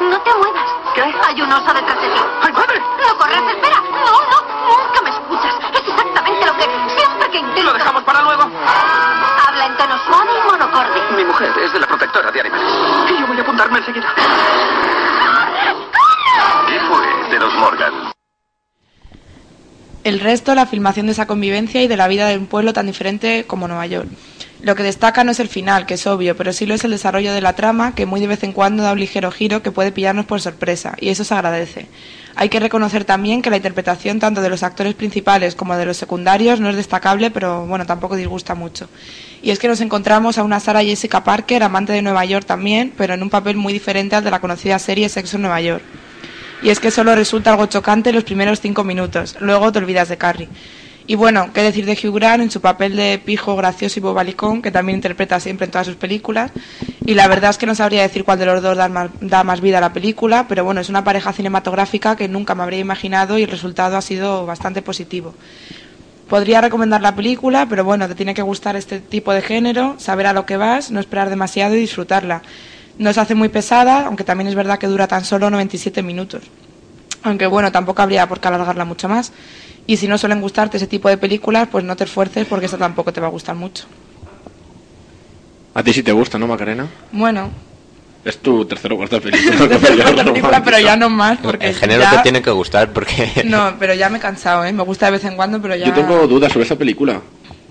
S18: no te muevas. ¿Qué? Hay un oso detrás de ti.
S17: ¡Ay, madre!
S18: No corras, espera. No, no, nunca me escuchas. Es exactamente lo que siempre que intento. Lo dejamos
S17: para luego.
S18: Habla en tono suave y monocorde.
S17: Mi mujer es de la protectora de animales. Y yo voy a apuntarme enseguida. ¿Qué fue de los Morgan?
S3: El resto, la filmación de esa convivencia y de la vida de un pueblo tan diferente como Nueva York. Lo que destaca no es el final, que es obvio, pero sí lo es el desarrollo de la trama, que muy de vez en cuando da un ligero giro que puede pillarnos por sorpresa, y eso se agradece. Hay que reconocer también que la interpretación tanto de los actores principales como de los secundarios no es destacable, pero bueno, tampoco disgusta mucho. Y es que nos encontramos a una Sarah Jessica Parker, amante de Nueva York también, pero en un papel muy diferente al de la conocida serie Sexo en Nueva York. Y es que solo resulta algo chocante los primeros cinco minutos, luego te olvidas de Carrie. Y bueno, qué decir de Hugh Grant en su papel de pijo gracioso y bobalicón, que también interpreta siempre en todas sus películas. Y la verdad es que no sabría decir cuál de los dos da más, da más vida a la película, pero bueno, es una pareja cinematográfica que nunca me habría imaginado y el resultado ha sido bastante positivo. Podría recomendar la película, pero bueno, te tiene que gustar este tipo de género, saber a lo que vas, no esperar demasiado y disfrutarla. No se hace muy pesada, aunque también es verdad que dura tan solo 97 minutos. Aunque bueno, tampoco habría por qué alargarla mucho más. Y si no suelen gustarte ese tipo de películas, pues no te esfuerces porque esta tampoco te va a gustar mucho.
S15: A ti sí te gusta, ¿no, Macarena?
S3: Bueno,
S15: Es tu tercero o cuarta película.
S3: la película, pero ya no más porque
S5: El género
S3: ya-
S5: te tiene que gustar porque...
S3: No, pero ya me he cansado, ¿eh? Me gusta de vez en cuando, pero ya...
S15: Yo tengo dudas sobre esa película.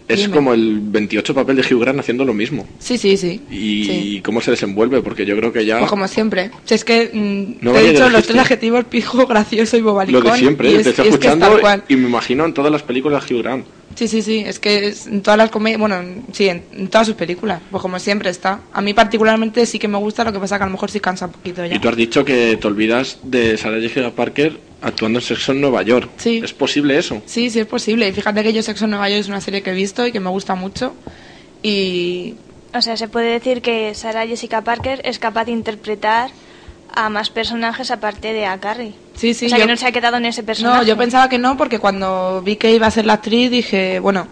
S15: Es
S3: Dime.
S15: como el 28 papel de Hugh Grant haciendo lo mismo.
S3: Sí, sí, sí.
S15: Y
S3: Sí.
S15: cómo se desenvuelve, porque yo creo que ya...
S3: Pues como siempre. Si es que mm,
S15: Ah. No
S3: te
S15: vaya
S3: he
S15: de
S3: dicho los
S15: registro.
S3: tres adjetivos, pijo, gracioso y bobalicón.
S15: Lo de siempre,
S3: y
S15: ¿eh?
S3: es,
S15: te estoy
S3: y es que es
S15: escuchando
S3: tal cual.
S15: y me imagino en todas las películas de Hugh Grant.
S3: Sí, sí, sí, es que es en todas las comedias, bueno, en- sí, en, en todas sus películas, pues como siempre está. A mí particularmente sí que me gusta, lo que pasa que a lo mejor sí cansa un poquito ya.
S2: Y tú has dicho que te olvidas de Sarah Jessica Parker actuando en sexo en Nueva York.
S3: Sí.
S2: ¿Es posible eso?
S3: Sí, sí es posible. Y fíjate que yo Sexo en Nueva York es una serie que he visto y que me gusta mucho. Y
S7: O sea, se puede decir que Sarah Jessica Parker es capaz de interpretar a más personajes aparte de a Carrie.
S3: Sí, sí,
S7: O sea,
S3: yo-
S7: que no se ha quedado en ese personaje.
S3: no, yo pensaba que no, porque cuando vi que iba a ser la actriz dije, bueno,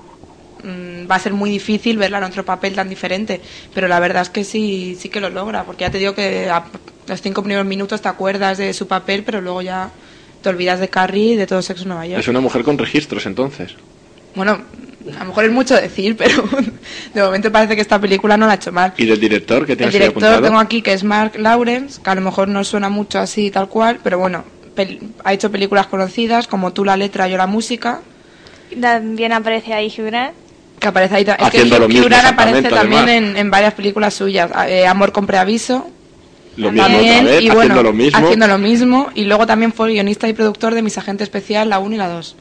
S3: mm, va a ser muy difícil verla en otro papel tan diferente. Pero la verdad es que sí, sí que lo logra, porque ya te digo que a los cinco primeros minutos te acuerdas de su papel, pero luego ya te olvidas de Carrie y de todo Sexo en Nueva York.
S2: Es una mujer con registros, entonces.
S3: Bueno, a lo mejor es mucho decir, pero de momento parece que esta película no la ha hecho mal.
S2: ¿Y del director que
S3: El
S2: tienes ahí
S3: director
S2: apuntado?
S3: tengo aquí que es Mark Lawrence, que a lo mejor no suena mucho así tal cual, pero bueno, pel- ha hecho películas conocidas como Tú la letra, yo la música,
S7: También aparece ahí Hugh Grant.
S3: que aparece ahí. ta- Es que
S2: Haciendo
S3: Hugh-
S2: lo
S3: Hugh
S2: mismo,
S3: Grant aparece
S2: exactamente,
S3: también
S2: además.
S3: en, en varias películas suyas, a- eh, Amor con preaviso,
S2: Lo mismo
S3: también,
S2: otra vez,
S3: y
S2: haciendo
S3: bueno,
S2: lo mismo
S3: haciendo lo mismo, y luego también fue guionista y productor de Mis Agentes Especial, la 1 y la 2.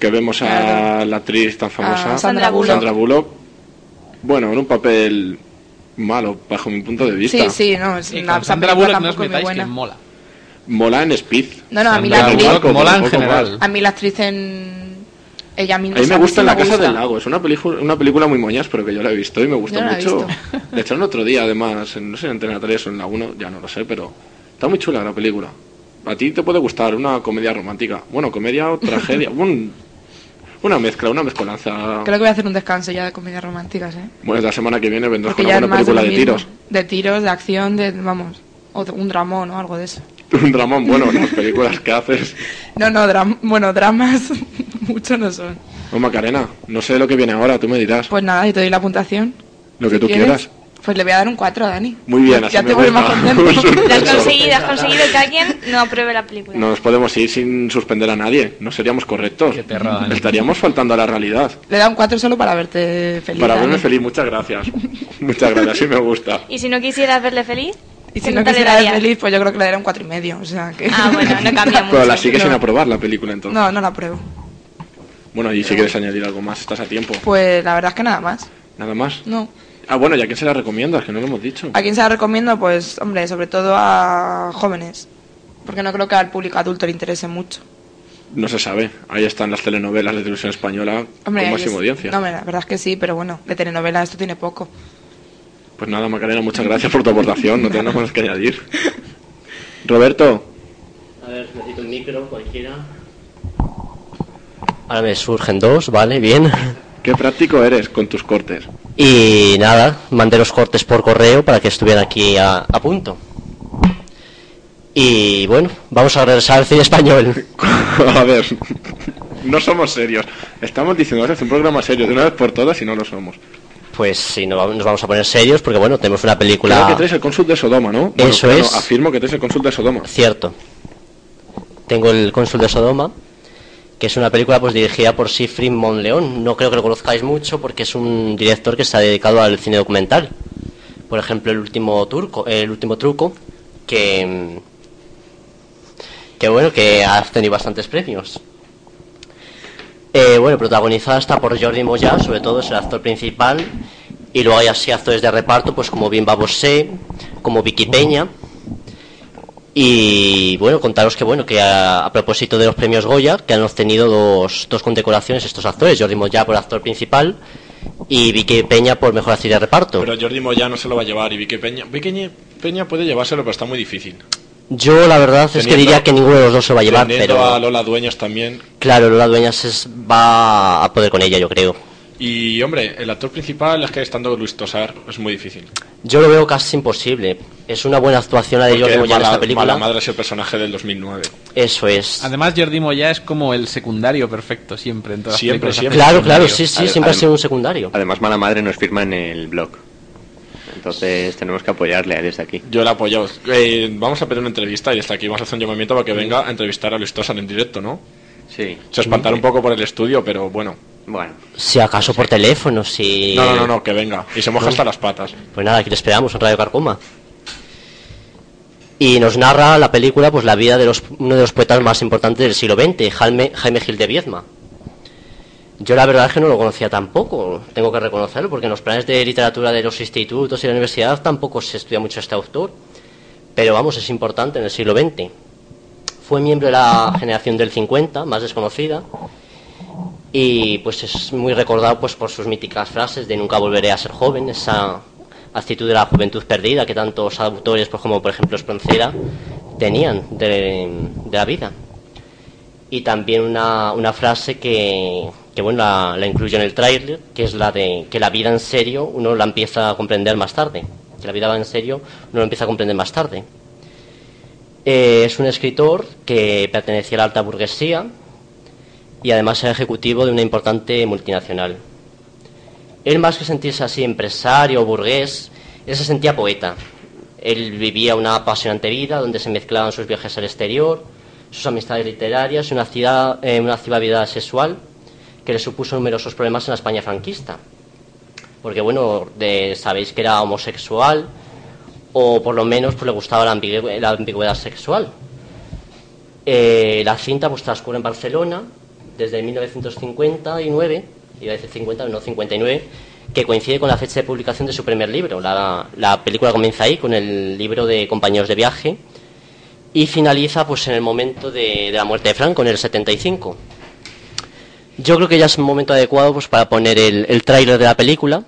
S2: que vemos a la actriz tan famosa,
S3: A Sandra Bullock.
S2: Sandra Bullock. Bueno, en un papel malo, bajo mi punto de vista.
S3: Sí, sí, no, es una esa
S6: Sandra
S3: película
S6: Bullock no os
S3: tampoco es muy
S6: metáis,
S3: buena.
S6: que mola.
S2: Mola en Speed.
S3: No, no, a mí la
S2: Sandra
S3: actriz.
S2: Bullock como un poco mal.
S3: A mí la actriz en. Ella misma.
S2: A mí me
S3: sí
S2: gusta La Casa
S3: gusta.
S2: del Lago, es una, película una película muy moñas, pero que yo la he visto y me gustó
S3: Yo no la he
S2: mucho. De hecho, el otro día, además, en- no sé, en Antena 3 o en la 1, ya no lo sé, pero está muy chula la película. A ti te puede gustar una comedia romántica. Bueno, comedia o tragedia. un- una mezcla, una mezcolanza.
S3: Creo que voy a hacer un descanso ya de comedias románticas, ¿eh?
S2: Bueno, la semana que viene vendrás
S3: Porque
S2: con
S3: ya
S2: una
S3: es
S2: buena
S3: más de,
S2: película
S3: lo
S2: de,
S3: mismo.
S2: tiros.
S3: De tiros, de acción, de. Vamos. O de- un dramón o algo de eso.
S2: Un dramón, bueno, las películas que haces.
S3: No, no, dram- bueno, dramas muchos no son.
S2: Oh, Macarena, no sé lo que viene ahora, tú me dirás.
S3: Pues nada, y te doy la puntuación.
S2: lo que
S3: si
S2: tú
S3: quieres.
S2: quieras.
S3: Pues le voy a dar un 4 a Dani.
S2: Muy bien, así
S3: ya
S2: me
S3: te vuelves más
S2: gusta. Un
S3: contento.
S7: Lo has
S2: suspenso.
S7: conseguido, has conseguido que alguien no apruebe la película.
S2: No nos podemos ir sin suspender a nadie, no seríamos correctos. Estaríamos faltando a la realidad.
S3: Le da un 4 solo para verte feliz.
S2: Para
S3: Dani.
S2: verme feliz, muchas gracias. muchas gracias, sí me gusta.
S7: Y si no quisieras verle feliz,
S3: Y
S7: ¿qué
S3: si no
S7: nota le
S3: quisiera ver
S7: darías?
S3: feliz, pues yo creo que le daré un 4 y medio. O sea que.
S7: Ah, bueno, no cambia mucho.
S2: Pero la sigue sin
S3: No.
S2: aprobar la película entonces.
S3: No, no la pruebo.
S2: Bueno, y si quieres añadir algo más, estás a tiempo.
S3: Pues la verdad es que nada más.
S2: Nada más.
S3: No.
S2: Ah, bueno, ¿y a quién se la recomiendas? Que no lo hemos dicho.
S3: ¿A quién se la recomiendo? Pues, hombre, sobre todo a jóvenes. Porque no creo que al público adulto le interese mucho.
S2: No se sabe. Ahí están las telenovelas de televisión española
S3: Hombre,
S2: con
S3: ahí
S2: máxima
S3: es-
S2: audiencia.
S3: No, hombre, la verdad es que sí, pero bueno, de telenovela esto tiene poco.
S2: Pues nada, Macarena, muchas gracias por tu aportación. No tengo nada más que añadir. Roberto,
S19: A ver, necesito un micro, cualquiera.
S4: Ahora me surgen dos, vale, bien.
S2: qué práctico eres con tus cortes.
S4: Y nada, mandé los cortes por correo para que estuvieran aquí a, a punto. Y bueno, vamos a regresar al cine español.
S2: a ver, no somos serios. Estamos diciendo que es un programa serio de una vez por todas y no lo somos.
S4: Pues sí, no va- nos vamos a poner serios porque bueno, tenemos una
S2: Creo que
S4: película...
S2: traes el cónsul de Sodoma, ¿no? Bueno,
S4: Eso
S2: claro,
S4: es.
S2: Afirmo que traes el cónsul de Sodoma.
S4: Cierto. Tengo el cónsul de Sodoma, que es una película pues dirigida por Sifrin Monleón. No creo que lo conozcáis mucho porque es un director que está dedicado al cine documental. Por ejemplo, el último turco, el último truco, que mm, que bueno, que ha tenido bastantes premios. Eh, bueno, protagonizada está por Jordi Moya, sobre todo es el actor principal, y luego hay así actores de reparto, pues como Bimba Bosé, como Vicky Peña. Y bueno, contaros que bueno, que a, a propósito de los premios Goya, que han obtenido dos, dos condecoraciones estos actores, Jordi Moya por actor principal y Vicky Peña por mejor actriz de reparto.
S2: Pero Jordi Moya no se lo va a llevar y Vicky Peña. Vicky Peña puede llevárselo, pero está muy difícil.
S4: Yo la verdad es que
S2: Teniendo-
S4: diría que ninguno de los dos se va a llevar,
S2: Teniendo
S4: pero
S2: a Lola Dueñas también.
S4: claro, Lola Dueñas es- va a poder con ella, yo creo.
S2: Y hombre, el actor principal es que estando Luis Tosar es muy difícil.
S4: Yo lo veo casi imposible. Es una buena actuación la de
S2: Porque
S4: Jordi Moya en
S2: mala,
S4: esta película.
S2: Mala madre es el personaje del 2009.
S4: Eso es.
S6: Además, Jordi Moya es como el secundario perfecto siempre en todas las películas.
S4: Claro, claro, sí, sí, siempre ha sido un secundario.
S5: Además, Mala Madre nos firma en el blog. Entonces, tenemos que apoyarle desde aquí.
S2: Yo la apoyo. Eh, vamos a pedir una entrevista y hasta aquí vamos a hacer un llamamiento para que venga a entrevistar a Luis Tosar en directo, ¿no?
S5: Sí.
S2: Se espantará un poco por el estudio, pero bueno.
S5: Bueno.
S4: Si acaso por teléfono, si...
S2: No, no, no, no, que venga. Y se moja hasta las patas.
S4: Pues nada, aquí le esperamos en Radio Carcoma. Y nos narra la película pues la vida de los, uno de los poetas más importantes del siglo XX, Jaime, Jaime Gil de Viedma. Yo la verdad es que no lo conocía tampoco, tengo que reconocerlo, porque en los planes de literatura de los institutos y la universidad tampoco se estudia mucho este autor, pero vamos, es importante en el siglo XX. Fue miembro de la generación del 50, más desconocida, y pues es muy recordado pues por sus míticas frases de nunca volveré a ser joven, esa actitud de la juventud perdida que tantos autores pues, como por ejemplo Espronceda tenían de, de la vida. Y también una, una frase que, que, bueno la, la incluyo en el tráiler, que es la de que la vida en serio uno la empieza a comprender más tarde, que la vida va en serio uno la empieza a comprender más tarde. Eh, es un escritor que pertenecía a la alta burguesía, y además era ejecutivo de una importante multinacional. Él más que sentirse así empresario o burgués, él se sentía poeta. Él vivía una apasionante vida donde se mezclaban sus viajes al exterior, sus amistades literarias y una, actividad, eh, una activa vida sexual que le supuso numerosos problemas en la España franquista. Porque bueno, de, sabéis que era homosexual o por lo menos pues, le gustaba la, ambigu la ambigüedad sexual. Eh, la cinta pues, transcurre en Barcelona desde 1959, iba a decir 50, no 59, que coincide con la fecha de publicación de su primer libro. La, la, película comienza ahí, con el libro de Compañeros de Viaje, y finaliza pues en el momento de, de la muerte de Franco, en el 75. Yo creo que ya es un momento adecuado pues para poner el, el tráiler de la película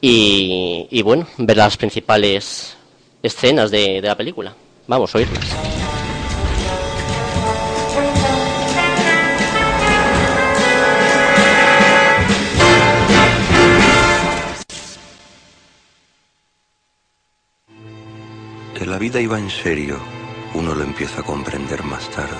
S4: y, y, bueno, ver las principales escenas de, de la película. Vamos a oírlas.
S20: Que la vida iba en serio, uno lo empieza a comprender más tarde.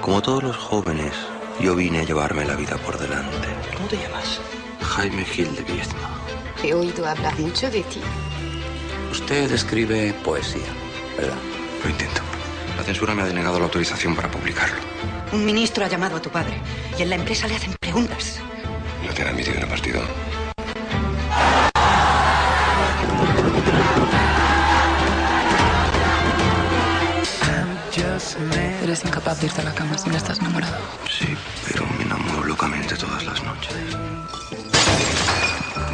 S20: Como todos los jóvenes, yo vine a llevarme la vida por delante.
S21: ¿Cómo te llamas?
S20: Jaime Gil de Viedma.
S21: He oído hablar mucho de ti.
S20: Usted escribe poesía, ¿verdad? Lo intento. La censura me ha denegado la autorización para publicarlo.
S21: Un ministro ha llamado a tu padre y en la empresa le hacen preguntas.
S20: No te han admitido en el partido.
S21: Eres incapaz de irte a la cama si no estás enamorado.
S20: Sí, pero me enamoro locamente todas las noches.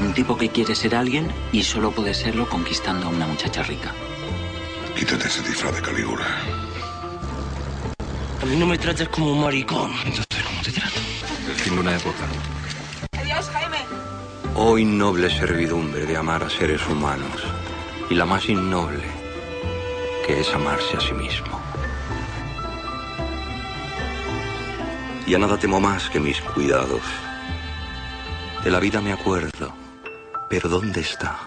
S22: Un tipo que quiere ser alguien y solo puede serlo conquistando a una muchacha rica.
S20: Quítate ese disfraz de Calígula.
S21: A mí no me trates como un maricón.
S20: Entonces, ¿cómo te trato? El fin de una época.
S23: Adiós, Jaime.
S20: Oh innoble servidumbre de amar a seres humanos. Y la más innoble, que es amarse a sí mismo. Ya nada temo más que mis cuidados. De la vida me acuerdo, pero ¿dónde está?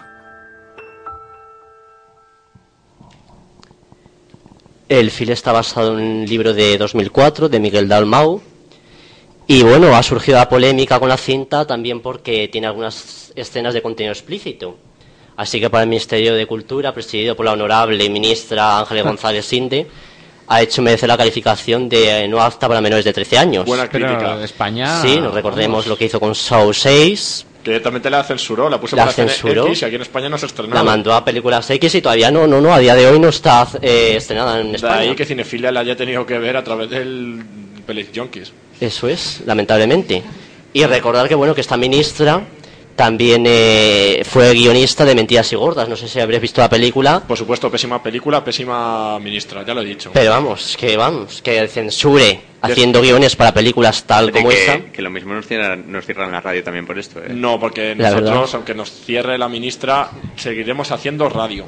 S4: El fil está basado en un libro de 2004 de Miguel Dalmau. Y bueno, ha surgido la polémica con la cinta también porque tiene algunas escenas de contenido explícito. Así que para el Ministerio de Cultura, presidido por la honorable ministra Ángeles González Sinde, ha hecho merecer la calificación de no apta para menores de 13 años.
S6: Buena crítica. Pero España.
S4: Sí, nos recordemos vamos. lo que hizo con Saw 6.
S2: Que directamente la censuró, la puso
S4: la
S2: por
S4: censuró,
S2: X y aquí en España no se estrenó.
S4: La mandó a películas X y todavía no, no, no, a día de hoy no está eh, estrenada en España.
S2: De ahí que Cinefilia la haya tenido que ver a través del Pelis Junkies.
S4: Eso es, lamentablemente. Y recordar que, bueno, que esta ministra también eh, fue guionista de Mentiras y Gordas. No sé si habréis visto la película.
S2: Por supuesto, pésima película, pésima ministra, ya lo he dicho.
S4: Pero vamos, que vamos, que censure haciendo Yo... guiones para películas tal como
S5: que,
S4: esta.
S5: Que lo mismo nos cierran, nos cierran la radio también por esto. ¿eh?
S2: No, porque
S4: La
S2: nosotros,
S4: verdad.
S2: aunque nos cierre la ministra, seguiremos haciendo radio.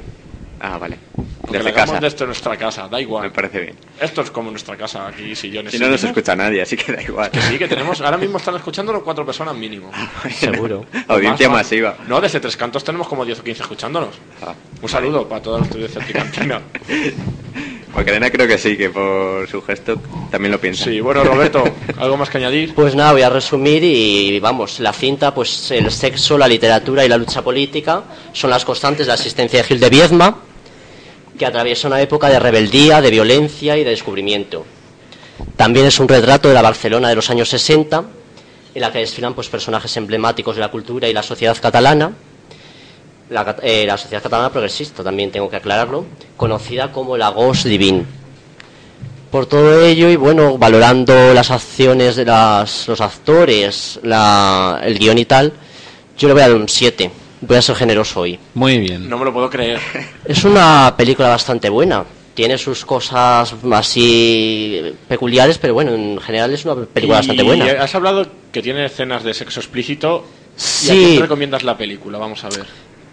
S5: Ah, vale.
S2: Porque
S5: Desde
S2: lo hagamos
S5: casa.
S2: desde nuestra casa, da igual.
S5: Me parece bien.
S2: Esto es como nuestra casa, aquí sillones.
S5: Si no nos
S2: sillas.
S5: escucha nadie, así que da igual.
S2: Que sí, que tenemos. Ahora mismo están escuchándonos cuatro personas mínimo.
S4: Seguro.
S5: Audiencia
S2: Más, más.
S5: masiva.
S2: No, desde Tres Cantos tenemos como 10 o 15 escuchándonos.
S5: Ah.
S2: Un saludo para todos los estudios de Cantina.
S5: Macarena creo que sí, que por su gesto también lo piensa.
S2: Sí, bueno, Roberto, ¿algo más que añadir?
S4: Pues nada, voy a resumir y vamos, la cinta, pues el sexo, la literatura y la lucha política son las constantes de la asistencia de Gil de Viedma, que atraviesa una época de rebeldía, de violencia y de descubrimiento. También es un retrato de la Barcelona de los años 60, en la que desfilan pues, personajes emblemáticos de la cultura y la sociedad catalana, la, cat- eh, la sociedad catalana progresista, también tengo que aclararlo, conocida como la Gauche Divine. por todo ello y bueno, valorando las acciones de las, los actores, la, el guión y tal, yo le voy a dar un 7. Voy a ser generoso hoy.
S6: Muy
S4: Pues,
S6: bien.
S2: No me lo puedo creer.
S4: Es una película bastante buena. Tiene sus cosas así peculiares, pero bueno, en general es una película bastante
S2: Y
S4: buena.
S2: Has hablado que tiene escenas de sexo explícito. ¿Y a
S4: Sí.
S2: quién recomiendas la película? Vamos a ver.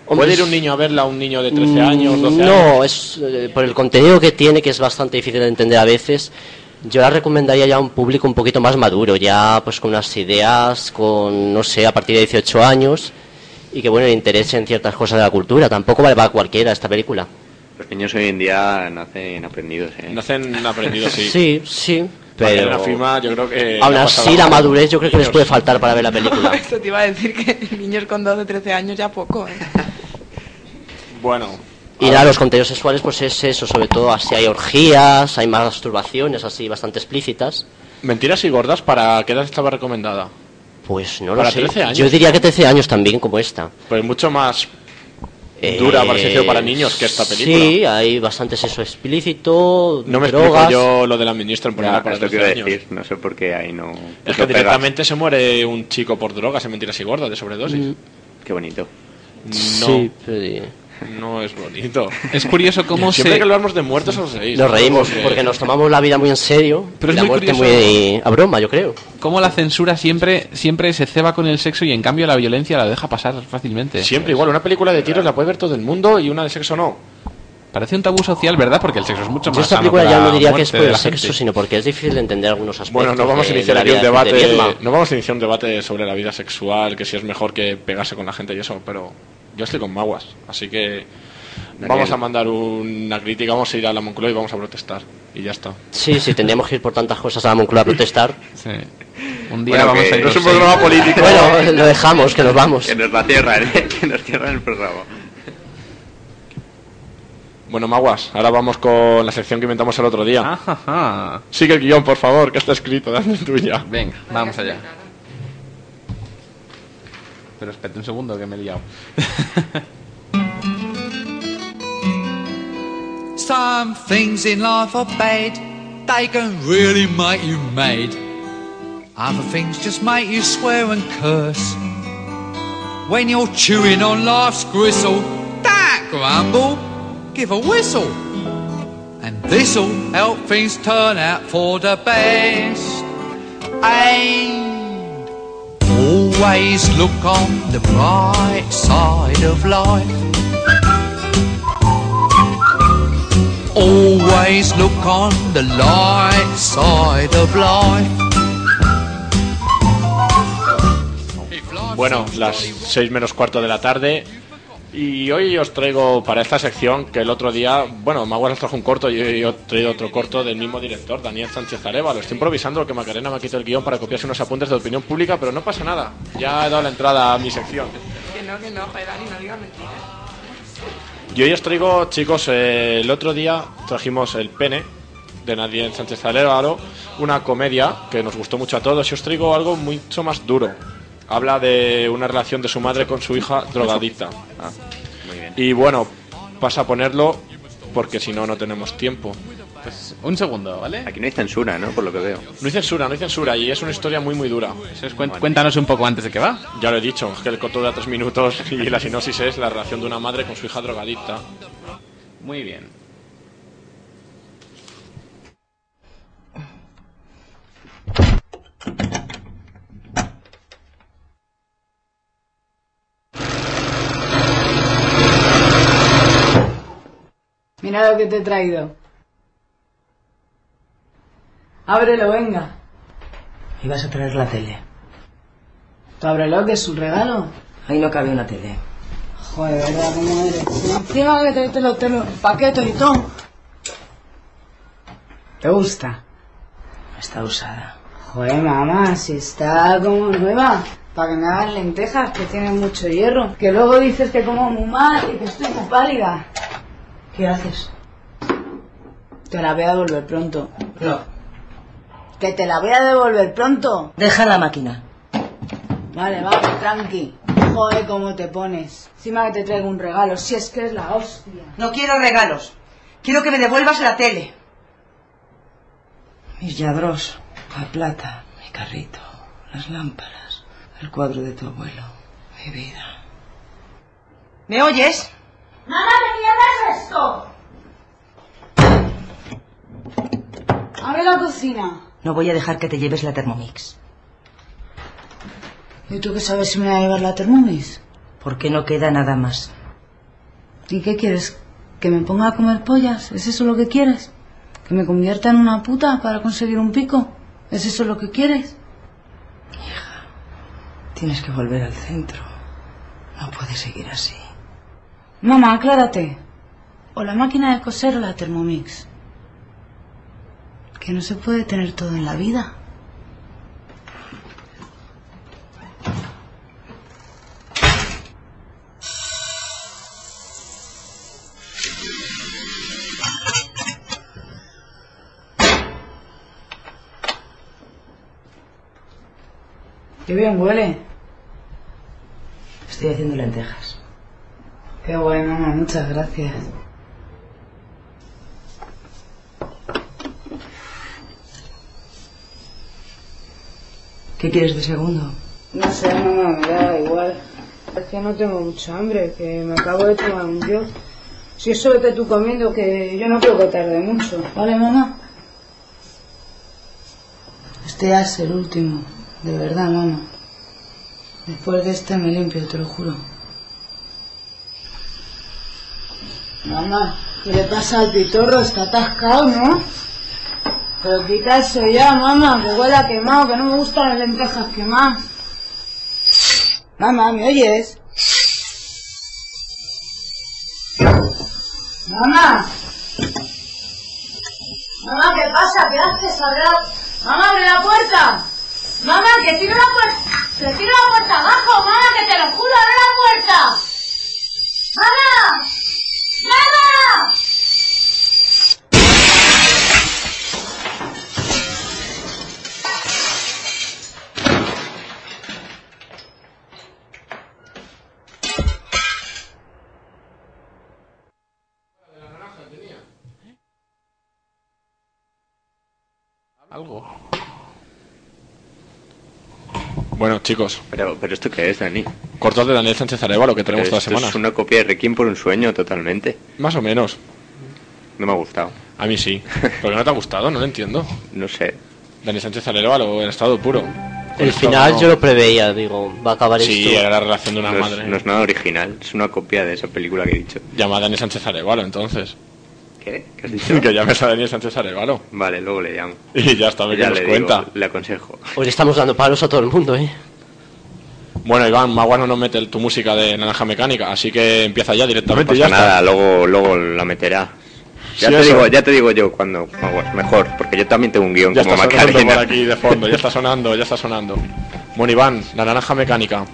S4: Hombre,
S2: ¿Puede
S4: es-
S2: ir un niño a verla, un niño de 13 años, 12 años?
S4: Mm, No, es eh, por el contenido que tiene, que es bastante difícil de entender a veces. Yo la recomendaría ya a un público un poquito más maduro, ya pues con unas ideas, con, no sé, a partir de 18 años, y que bueno, le interesen ciertas cosas de la cultura. Tampoco vale para cualquiera esta película.
S1: Los niños hoy en día nacen aprendidos, ¿eh?
S2: Nacen aprendidos, sí.
S4: Sí, sí.
S2: Para
S4: Pero-
S2: una firma, yo creo que...
S4: Aún
S2: le ha
S4: así,
S2: pasado
S4: la
S2: a-
S4: madurez yo creo que les puede faltar para ver la película.
S3: Esto te iba a decir que niños con 12, 13 años ya poco, ¿eh?
S2: Bueno,
S4: Y nada, los contenidos sexuales, pues es eso, sobre todo así hay orgías, hay masturbaciones así bastante explícitas.
S2: ¿Mentiras y gordas para qué edad estaba recomendada?
S4: Pues no lo
S2: Para
S4: sé.
S2: 13 años.
S4: Yo diría que 13 años también, como esta.
S2: Pues mucho más
S4: Eh,
S2: dura, por así decirlo, para niños que esta película.
S4: Sí, hay bastante sexo explícito,
S2: No me
S4: drogas.
S2: explico yo lo de la ministra en ponerla
S1: Ya,
S2: para
S1: es lo que
S2: 13
S1: iba a
S2: años.
S1: decir, no sé por qué ahí no...
S2: Es
S1: no
S2: que
S1: pega.
S2: directamente se muere un chico por drogas en mentiras y gordas de sobredosis.
S4: Mm.
S1: Qué bonito.
S2: No.
S4: Sí, eh, pero-
S2: No es bonito.
S6: Es curioso cómo
S2: Siempre
S6: se-
S2: que hablamos de muertos os reís.
S4: Nos reímos
S2: Porque-
S4: porque nos tomamos la vida muy en serio
S6: Pero
S4: y
S6: es
S4: la
S6: muy
S4: muerte
S6: curioso.
S4: muy a broma, yo creo.
S6: Cómo la censura siempre, siempre se ceba con el sexo y en cambio la violencia la deja pasar fácilmente.
S2: Siempre igual, una película de tiros la puede ver todo el mundo y una de sexo no.
S6: Parece un tabú social, ¿verdad? Porque el sexo es mucho
S4: Yo
S6: más
S4: esta
S6: sano
S4: película
S6: que
S4: ya
S6: la
S4: no diría que es
S6: muerte
S4: por
S6: de
S4: el
S6: la
S4: sexo,
S6: gente.
S4: sino porque es difícil de entender algunos aspectos.
S2: Bueno, no vamos a
S4: de- de
S2: iniciar
S4: la
S2: aquí un
S4: vida de- de
S2: debate. eh.
S4: Vietnam.
S2: No vamos a iniciar un debate sobre la vida sexual, que si es mejor que pegarse con la gente y eso, pero yo estoy con Maguas, así que vamos a mandar una crítica, vamos a ir a la Moncloa y vamos a protestar. Y ya está.
S4: Sí, sí, tendríamos que ir por tantas cosas a la Moncloa a protestar.
S6: Sí. Un día Bueno, vamos que a ir no es un con seis.
S1: programa político.
S4: Bueno, lo dejamos, que nos vamos.
S1: Que nos la cierran, ¿eh? Que nos cierran el programa.
S2: Bueno, Maguas, ahora vamos con la sección que inventamos el otro
S6: Ah.
S2: día.
S6: Ajá.
S2: Sigue el guión, por favor, que está escrito, dame tuya.
S6: Venga, vamos allá. Pero espérate un segundo que me he liado.
S10: Some things in life are bad, they can really make you mad. Other things just make you swear and curse. When you're chewing on life's gristle, that grumble, give a whistle. And this'll help things turn out for the best. And always look on the bright side of life. Always look on the light side of life.
S2: Bueno, las seis menos cuarto de la tarde. Y hoy os traigo para esta sección que el otro día, bueno, Maguas nos trajo un corto y hoy yo he traído otro corto del mismo director, Daniel Sánchez Areva. Lo estoy improvisando que Macarena me ha quitado el guión para copiarse unos apuntes de opinión pública, pero no pasa nada. Ya he dado la entrada a mi sección.
S3: Que no, que no, joder, Dani, no digas mentiras.
S2: Y hoy os traigo, chicos, eh, el otro día trajimos El Pene de Nadie Sánchez Arévalo, una comedia que nos gustó mucho a todos. Y os traigo algo mucho más duro. Habla de una relación de su madre con su hija drogadicta.
S1: Ah, Muy bien.
S2: Y bueno, pasa a ponerlo porque si no, no tenemos tiempo.
S6: Pues un segundo, ¿vale?
S1: Aquí no hay censura, ¿no? Por lo que veo.
S2: No hay censura, no hay censura y es una historia muy muy dura.
S6: Cuéntanos un poco antes de que va.
S2: Ya lo he dicho, es que el corto dura tres minutos y la sinopsis es la relación de una madre con su hija drogadicta.
S6: Muy bien.
S24: Mira lo que te he traído. Ábrelo, venga.
S11: Ibas a traer la tele.
S24: Tú ábrelo, que es un regalo.
S11: Ahí no cabía una tele.
S24: Joder, verdad, cómo eres. Encima que te, te los, te los paquetes y todo. ¿Te gusta?
S11: Está usada.
S24: Joder, mamá, si está como nueva. Para que me hagas lentejas, que tienen mucho hierro. Que luego dices que como muy mal y que estoy muy pálida. ¿Qué haces? Te la voy a devolver pronto.
S11: No.
S24: Que te la voy a devolver pronto.
S11: Deja la máquina.
S24: Vale, vale, tranqui. Joder, cómo te pones. Encima que te traigo un regalo, si es que es la hostia.
S11: No quiero regalos. Quiero que me devuelvas la tele. Mis yadros, la plata, mi carrito, las lámparas, el cuadro de tu abuelo, mi vida. ¿Me oyes?
S8: ¡Mamá, ¿qué mierda es esto?
S24: Abre la cocina.
S11: No voy a dejar que te lleves la Thermomix.
S24: ¿Y tú qué sabes si me va a llevar la Thermomix?
S11: Porque no queda nada más.
S24: ¿Y qué quieres? ¿Que me ponga a comer pollas? ¿Es eso lo que quieres? ¿Que me convierta en una puta para conseguir un pico? ¿Es eso lo que quieres?
S11: Tienes que volver al centro. No puedes seguir así.
S24: Mamá, aclárate. O la máquina de coser o la Thermomix. Que no se puede tener todo en la vida. Qué bien huele.
S11: Estoy haciendo lentejas.
S24: Qué guay, mamá. Muchas gracias.
S11: ¿Qué quieres de segundo?
S24: No sé, mamá, me da igual. Es que no tengo mucha hambre, que me acabo de tomar un yo. Si es solo que tú comiendo, que yo no creo que tarde mucho. ¿Vale, mamá? Este ya es el último. De verdad, mamá. Después de este me limpio, te lo juro. Mamá, ¿qué le pasa al pitorro? Está atascado, ¿no? Pero quita eso ya, mamá, que huele a quemado, que no me gustan las lentejas quemadas. Mamá, ¿me oyes? Mamá. Mamá, ¿qué pasa? ¿Qué haces? Abra... Mamá, abre la puerta. Mamá, que tiro la puerta. Que tiro la puerta abajo, mamá, que te lo juro, abre la puerta. Mamá. Mamá.
S6: Algo.
S2: Bueno, chicos.
S1: Pero, pero esto qué es, Dani.
S2: Cortos de Daniel Sánchez Arevalo que tenemos
S1: Pero
S2: todas las
S1: esto
S2: semanas.
S1: Este Es una copia de Requiem por un sueño, totalmente.
S2: Más o menos.
S1: No me ha gustado.
S2: A mí sí. ¿Por qué no te ha gustado? No lo entiendo.
S1: No sé.
S2: Daniel Sánchez Arevalo en estado puro.
S4: El final yo lo preveía, digo, va a acabar
S2: Sí,
S4: esto.
S2: era la relación de una
S1: no
S2: Ah, madre.
S1: Es, no es nada original, es una copia de esa película que he dicho.
S2: Llama a Daniel Sánchez Arevalo, entonces.
S1: ¿Qué? ¿Qué has dicho?
S2: que llames a Daniel Sánchez Arevalo.
S1: Vale, luego le llamo.
S2: Y ya está, a ver
S1: Ya
S2: qué nos
S1: le digo,
S2: cuenta.
S1: le aconsejo.
S4: Hoy Pues le estamos dando palos a todo el mundo, ¿eh?
S2: Bueno, Iván, Magua no nos mete el- tu música de Naranja Mecánica, así que empieza ya
S1: No
S2: directamente.
S1: pasa
S2: ya está.
S1: Pues nada, luego, luego la meterá. Ya,
S2: Sí,
S1: te
S2: eso.
S1: digo, ya te digo yo cuando vamos, mejor, porque yo también tengo un guión
S2: Ya
S1: como
S2: está sonando
S1: Macarena.
S2: por aquí de fondo, ya está sonando, ya está sonando. Bueno, Iván, la naranja mecánica.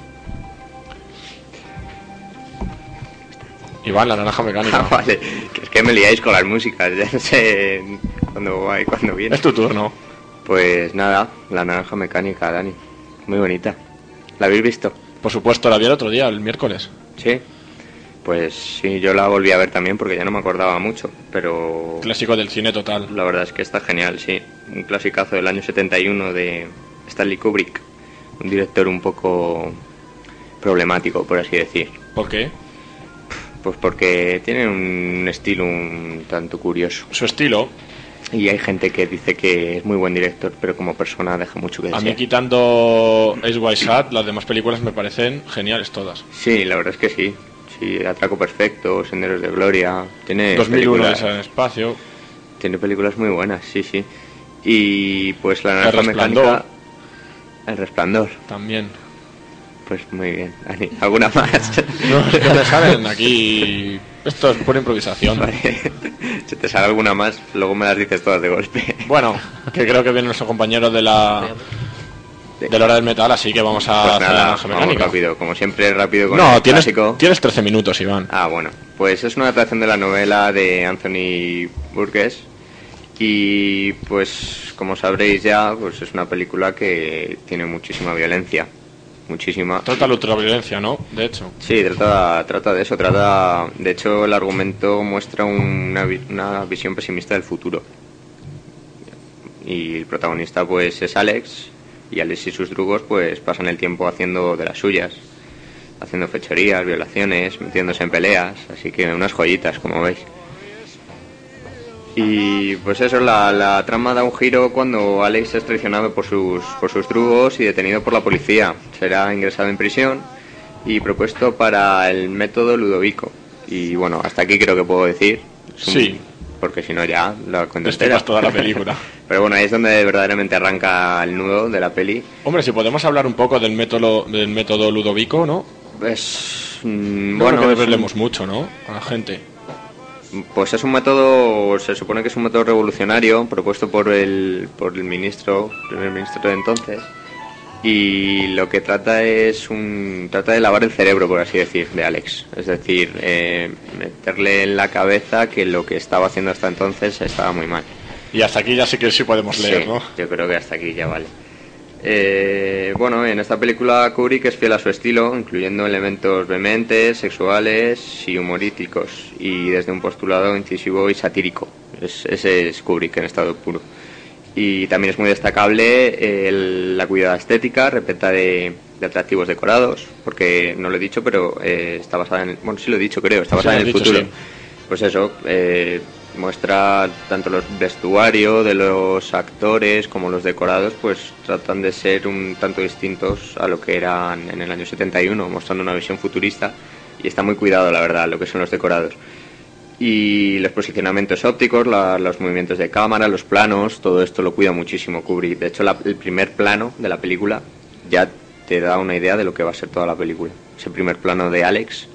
S2: Iván, la naranja mecánica.
S1: Ah, vale, que es que me liáis con las músicas, ya no sé cuándo va y cuándo viene.
S2: Es tu turno.
S1: Pues nada, la naranja mecánica, Dani. Muy bonita. ¿La habéis visto?
S2: Por supuesto, la vi el otro día, el miércoles.
S1: Sí. Pues sí, yo la volví a ver también porque ya no me acordaba mucho, pero...
S2: Clásico del cine total.
S1: La verdad es que está genial, sí. Un clasicazo del año 71 de Stanley Kubrick. Un director un poco problemático, por así decir.
S2: ¿Por qué?
S1: Pues porque tiene un estilo un tanto curioso.
S2: Su estilo.
S1: Y hay gente que dice que es muy buen director, pero como persona deja mucho que
S2: A mí
S1: desear.
S2: quitando Ace Wide Shut, las demás películas me parecen geniales todas.
S1: Sí, la verdad es que sí. Sí, Atraco Perfecto, Senderos de Gloria. Tiene
S2: 2001
S1: películas-
S2: es en espacio.
S1: Tiene películas muy buenas, sí, sí. Y pues la naranja
S2: Resplandor.
S1: mecánica. El resplandor.
S2: También.
S1: Pues muy bien, Dani. ¿Alguna más?
S2: No, es que me salen aquí... Esto es pura improvisación.
S1: Vale. Si te sale alguna más, luego me las dices todas de golpe.
S2: Bueno, que creo que viene nuestro compañero de la... De la hora del metal, así que vamos a
S1: Pues
S2: hacer la
S1: nada,
S2: naranja
S1: vamos
S2: mecánica.
S1: rápido, como siempre rápido con
S2: No,
S1: el
S2: tienes,
S1: clásico.
S2: tienes 13 minutos, Iván.
S1: Ah, bueno, pues es una adaptación de la novela de Anthony Burgess y pues como sabréis ya, pues es una película que tiene muchísima violencia, muchísima.
S2: Trata la ultraviolencia, ¿no? De hecho.
S1: Sí, trata, trata de eso, trata... De hecho, el argumento muestra una, vi- una visión pesimista del futuro. y el protagonista pues es Alex y Alex y sus drugos pues pasan el tiempo haciendo de las suyas, haciendo fechorías, violaciones, metiéndose en peleas, así que unas joyitas como veis. Y pues eso, la, la trama da un giro cuando Alex es traicionado por sus, por sus drugos y detenido por la policía. Será ingresado en prisión y propuesto para el método Ludovico. Y bueno, hasta aquí creo que puedo decir. Es un-
S2: Sí.
S1: Porque si no ya la cuento
S2: Destripas
S1: entera.
S2: toda la película.
S1: Pero bueno, ahí es donde verdaderamente arranca el nudo de la peli.
S2: Hombre, si podemos hablar un poco del método, del método ludovico, ¿no?
S1: Pues...
S2: bueno,
S1: bueno,
S2: que
S1: es un-
S2: hablemos mucho, ¿no? A la gente.
S1: Pues es un método, se supone que es un método revolucionario propuesto por el, por el ministro, primer ministro de entonces, y lo que trata es un, trata de lavar el cerebro, por así decir, de Alex. Es decir, eh, meterle en la cabeza que lo que estaba haciendo hasta entonces estaba muy mal.
S2: Y hasta aquí ya sé que sí podemos leer,
S1: Sí,
S2: ¿no?
S1: Yo creo que hasta aquí ya vale. Eh, bueno, en esta película Kubrick es fiel a su estilo, incluyendo elementos vehementes, sexuales y humorísticos, y desde un postulado incisivo y satírico. Es- ese es Kubrick en estado puro. Y también es muy destacable eh, el- la cuidada estética, repleta de, de atractivos decorados, porque no lo he dicho, pero eh, está basada en... Bueno, sí lo he dicho, creo, está
S2: Sí,
S1: basada
S2: lo
S1: en el
S2: has dicho,
S1: futuro
S2: sí.
S1: pues eso, eh, muestra tanto los vestuarios de los actores como los decorados, pues tratan de ser un tanto distintos a lo que eran en el año 71, mostrando una visión futurista y está muy cuidado, la verdad, lo que son los decorados. Y los posicionamientos ópticos, la- los movimientos de cámara, los planos, todo esto lo cuida muchísimo Kubrick. De hecho, la- el primer plano de la película ya te da una idea de lo que va a ser toda la película. Ese primer plano de Alex,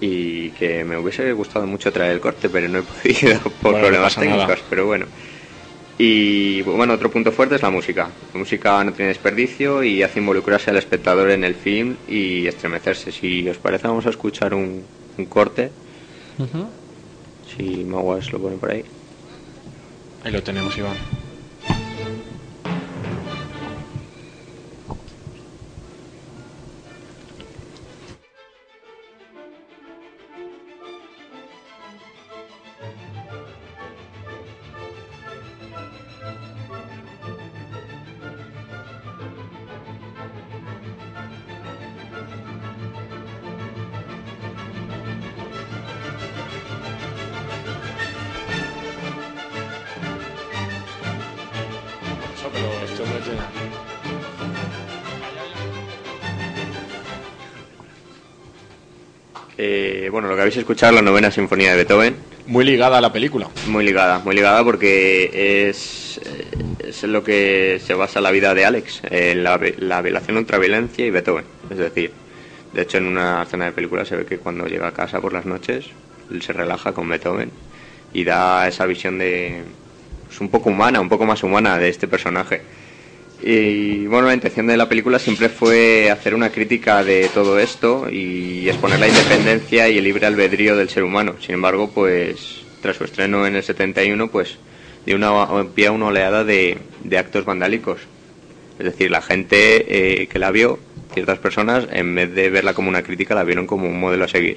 S1: y que me hubiese gustado mucho traer el corte, pero no he podido por
S2: Bueno, no
S1: problemas
S2: pasa nada.
S1: técnicos, pero bueno. Y bueno, otro punto fuerte es la música. La música no tiene desperdicio y hace involucrarse al espectador en el film y estremecerse. Si os parece, vamos a escuchar un, un corte. Si Maguas lo pone por ahí.
S2: Ahí lo tenemos, Iván. Eso, pero este hombre tiene-
S1: Eh, bueno, lo que habéis escuchado es la novena sinfonía de Beethoven.
S2: Muy ligada a la película.
S1: Muy ligada, muy ligada porque es, eh, es en lo que se basa la vida de Alex, eh, la, ve- la violación, ultraviolencia y Beethoven. Es decir, de hecho en una escena de película se ve que cuando llega a casa por las noches, él se relaja con Beethoven y da esa visión de... Es un poco humana, un poco más humana de este personaje. Y bueno, la intención de la película siempre fue hacer una crítica de todo esto y exponer la independencia y el libre albedrío del ser humano. Sin embargo, pues tras su estreno en el 71, pues dio una, pie a una oleada de, de actos vandálicos. Es decir, la gente eh, que la vio, ciertas personas, en vez de verla como una crítica, la vieron como un modelo a seguir.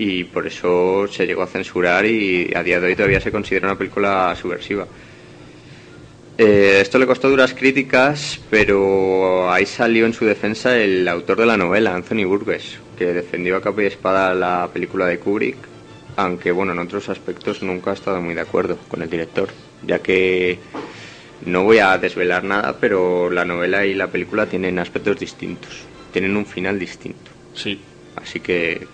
S1: Y por eso se llegó a censurar y a día de hoy todavía se considera una película subversiva. Eh, esto le costó duras críticas, pero ahí salió en su defensa el autor de la novela, Anthony Burgess, que defendió a capa y espada la película de Kubrick, aunque bueno, en otros aspectos nunca ha estado muy de acuerdo con el director, ya que no voy a desvelar nada, pero la novela y la película tienen aspectos distintos, tienen un final distinto.
S2: Sí.
S1: Así que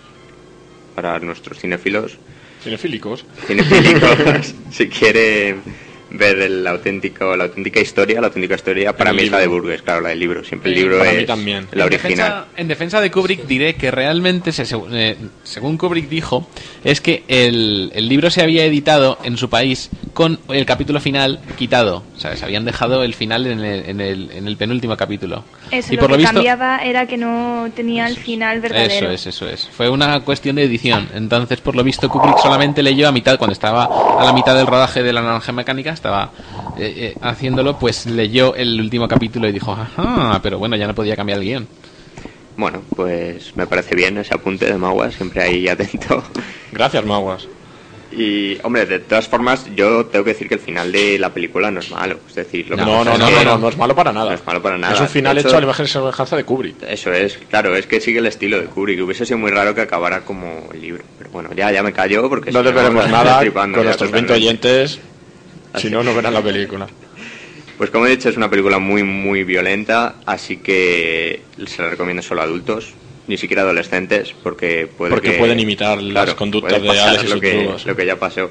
S1: para nuestros cinéfilos
S2: Cinefílicos.
S1: cinefílicos, si quieren ver el auténtico, la auténtica historia, la auténtica historia para
S6: El
S1: mí es la de
S6: libro.
S1: Burgess, claro, la del libro. Siempre el libro
S2: Para
S1: es
S2: mí también.
S1: la
S6: en
S1: original.
S6: Defensa, en defensa de Kubrick diré que realmente, se- seg- eh, según Kubrick dijo, es que el, el libro se había editado en su país con el capítulo final quitado. O sea, se habían dejado el final en el, en el- en el penúltimo capítulo.
S7: Eso
S6: y
S7: lo
S6: por
S7: que
S6: lo visto...
S7: cambiaba era que no tenía el final verdadero.
S6: Eso es, eso es. Fue una cuestión de edición. Entonces, por lo visto, Kubrick solamente leyó a mitad, cuando estaba a la mitad del rodaje de la naranja mecánica, estaba eh, eh, haciéndolo, pues leyó el último capítulo y dijo, ajá, pero bueno, ya no podía cambiar el guión.
S1: Bueno, pues me parece bien ese apunte de Maguas, siempre ahí atento.
S2: Gracias, Maguas.
S1: Y, hombre, de todas formas, yo tengo que decir que el final de la película no es malo. Es decir, lo que pasa
S2: No, no,
S1: es
S2: no,
S1: que
S2: no, no, no es malo para nada.
S1: No es malo para nada.
S2: Es un final
S1: De
S2: hecho, a la imagen y semejanza de Kubrick.
S1: Eso es, claro, es que sigue el estilo de Kubrick. Hubiese sido muy raro que acabara como el libro. Pero bueno, ya, ya me callo porque
S2: No
S1: si
S2: les veremos
S1: me
S2: nada
S1: estoy flipando
S2: con
S1: ya
S2: nuestros 20
S1: totalmente.
S2: oyentes.
S1: Así
S2: Si no,
S1: es.
S2: no verán la película.
S1: Pues como he dicho, es una película muy, muy violenta, así que se la recomiendo solo a adultos, ni siquiera adolescentes, porque, puede
S2: Porque
S1: que-
S2: pueden imitar las conductas
S1: puede
S2: de
S1: pasar
S2: Alex y
S1: lo
S2: sus
S1: que,
S2: trubas.
S1: lo que ya pasó.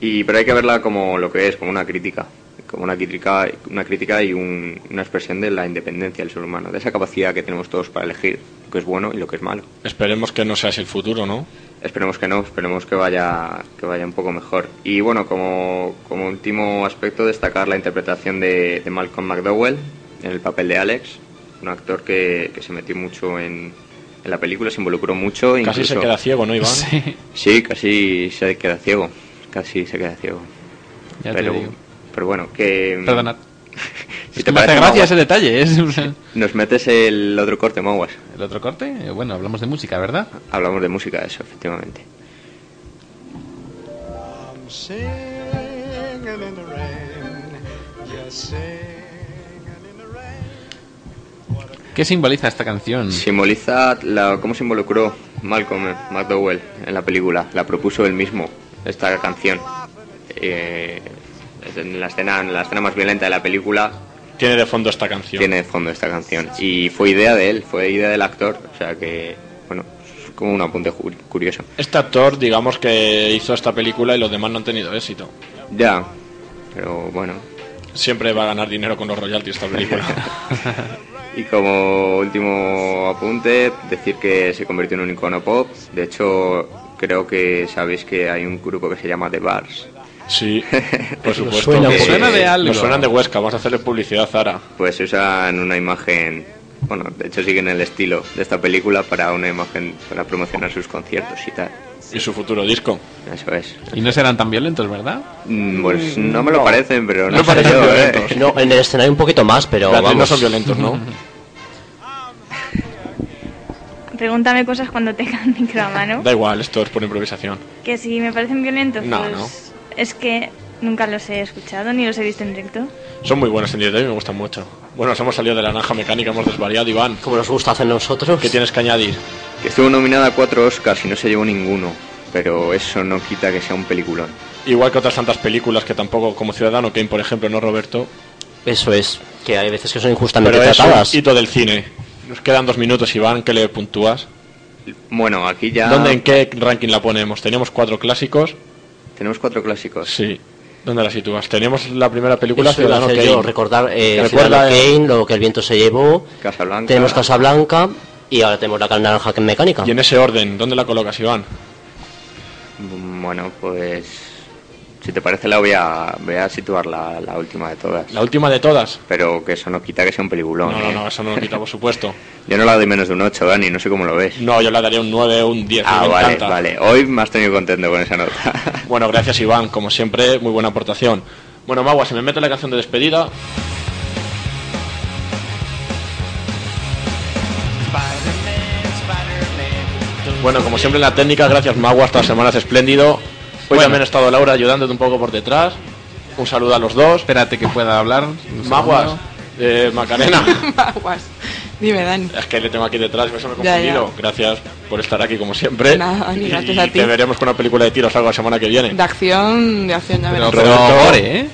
S1: Y, pero hay que verla como lo que es, como una crítica, como una crítica, una crítica y un- una expresión de la independencia del ser humano, de esa capacidad que tenemos todos para elegir lo que es bueno y lo que es malo.
S2: Esperemos que no sea así el futuro, ¿no?
S1: Esperemos que no, esperemos que vaya, que vaya un poco mejor. Y bueno, como, como último aspecto, destacar la interpretación de, de Malcolm McDowell en el papel de Alex, un actor que, que se metió mucho en, en la película, se involucró mucho.
S2: Casi se queda ciego, ¿no, Iván?
S6: Sí.
S1: Sí, casi se queda ciego, casi se queda ciego.
S6: Ya te
S1: pero,
S6: digo.
S1: pero bueno, que...
S6: Perdonad.
S1: Si te
S6: Es que me hace
S1: parece,
S6: gracia
S1: Maguas,
S6: ese detalle. es-
S1: Nos metes el otro corte, Maguas.
S6: ¿El otro corte? Eh, Bueno, hablamos de música, ¿verdad?
S1: Hablamos de música, eso, efectivamente.
S9: I'm singing in the rain, just singing in the rain.
S6: ¿Qué simboliza esta canción?
S1: Mm. Simboliza la, cómo se involucró Malcolm McDowell en la película. La propuso él mismo, esta canción. Eh, en, la escena, en la escena más violenta de la película
S2: Tiene de fondo esta canción.
S1: tiene de fondo esta canción. Y fue idea de él, fue idea del actor. O sea que, bueno, es como un apunte ju- curioso.
S2: Este actor, digamos que hizo esta película y los demás no han tenido éxito.
S1: Ya, pero bueno.
S2: Siempre va a ganar dinero con los royalties esta película.
S1: Y como último apunte, decir que se convirtió en un icono pop. De hecho, creo que sabéis que hay un grupo que se llama The Bars.
S2: Sí, por supuesto.
S1: suena,
S2: porque
S1: Me suena de algo.
S2: Nos suenan de Huesca, vamos a hacerle publicidad Zara.
S1: Pues usan una imagen, bueno, de hecho siguen el estilo de esta película para una imagen para promocionar sus conciertos y tal.
S2: Y su futuro disco.
S1: Eso es.
S6: Y no serán tan violentos, ¿verdad?
S1: Mm, Pues no me lo parecen, pero no, sé
S4: parecen
S1: yo, ¿eh?
S4: violentos. No, en el escenario un poquito más, pero
S2: Espérate,
S4: vamos.
S2: no son violentos, ¿no?
S7: Pregúntame cosas cuando tenga el micro a mano.
S2: Da igual, esto es por improvisación.
S7: Que si me parecen violentos,
S2: No,
S7: pues
S2: no.
S7: es que nunca los he escuchado ni los he visto en directo.
S2: Son muy buenos en directo y me gustan mucho. Bueno, nos hemos salido de la naranja mecánica, hemos desvariado, Iván.
S4: Como nos gusta hacer nosotros.
S2: ¿Qué tienes que añadir?
S1: Que estuvo nominada a cuatro Oscars y no se llevó ninguno, pero eso no quita que sea un peliculón.
S2: Igual que otras tantas películas que tampoco, como Ciudadano Kane, por ejemplo, no Roberto.
S4: Eso es, que hay veces que son injustamente
S2: Pero es un
S4: tratadas.
S2: hito del cine. Nos quedan dos minutos, Iván, ¿qué le puntúas?
S1: Bueno, aquí ya...
S2: ¿Dónde, en qué ranking la ponemos? Teníamos cuatro clásicos.
S1: Tenemos cuatro clásicos.
S2: Sí. ¿Dónde la sitúas? Tenemos la primera película,
S4: Eso iba a
S2: Ciudadano
S4: hacer
S2: Kane.
S4: yo, recordar eh, Ciudadano
S2: Recuerda, eh,
S4: Kane, lo que el viento se llevó.
S1: Casablanca.
S4: Tenemos Casablanca y ahora tenemos la naranja que es mecánica.
S2: Y en ese orden, ¿dónde la colocas, Iván?
S1: Mm, Bueno, pues... Si te parece la voy a, voy a situar la, la última de todas.
S2: La última de todas.
S1: Pero que eso no quita que sea un peliculón.
S2: No, no,
S1: ¿eh?
S2: no, eso no lo quita, por supuesto.
S1: Yo no la doy menos de un 8, Dani, no sé cómo lo ves.
S2: No, yo le daría un 9, un 10.
S1: Ah,
S2: me
S1: vale,
S2: encanta.
S1: vale. Hoy me has tenido contento con esa nota.
S2: Bueno, gracias, Iván, como siempre, muy buena aportación. Bueno, Magua, se me mete la canción de despedida. Bueno, como siempre, en la técnica, gracias, Magua, esta semana es espléndido. Hoy también ha estado Laura ayudándote un poco por detrás. Un saludo a los dos.
S6: Espérate que pueda hablar.
S2: Maguas, eh, Macarena.
S3: Aguas. Dime, Dani.
S2: Es que le tengo aquí detrás, por eso me he
S3: Ya,
S2: confundido.
S3: ya.
S2: Gracias por estar aquí como siempre.
S3: Nada, ni
S2: y
S3: gracias a ti.
S2: te veremos con una película de tiros algo la semana que viene.
S3: De acción, de acción, ya verás.
S6: ¿eh?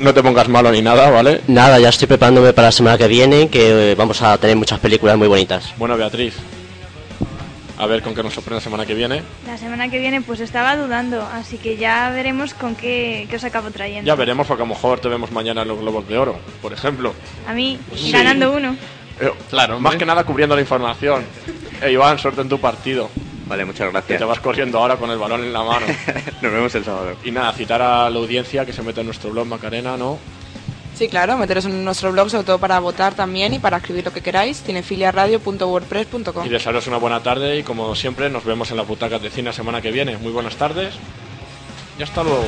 S2: No te pongas malo ni nada, ¿vale?
S4: Nada, ya estoy preparándome para la semana que viene, que eh, vamos a tener muchas películas muy bonitas.
S2: Bueno, Beatriz. A ver con qué nos sorprende la semana que viene.
S7: La semana que viene pues estaba dudando, así que ya veremos con qué, qué os acabo trayendo.
S2: Ya veremos, porque a lo mejor te vemos mañana en los Globos de Oro, por ejemplo.
S7: A mí,
S2: Sí.
S7: ganando uno.
S2: claro, más que nada cubriendo la información. Eh, Iván, suerte en tu partido.
S1: Vale, muchas
S2: Que
S1: gracias.
S2: te vas corriendo ahora con el balón en la mano.
S1: Nos vemos el sábado.
S2: y nada, citar a la audiencia que se meta en nuestro blog Macarena, ¿no?
S3: Sí, claro, meteros en nuestro blog, sobre todo para votar también y para escribir lo que queráis, cinefiliaradio.wordpress.com.
S2: Y desearos una buena tarde y como siempre nos vemos en las butacas de cine la semana que viene. Muy buenas tardes y hasta luego.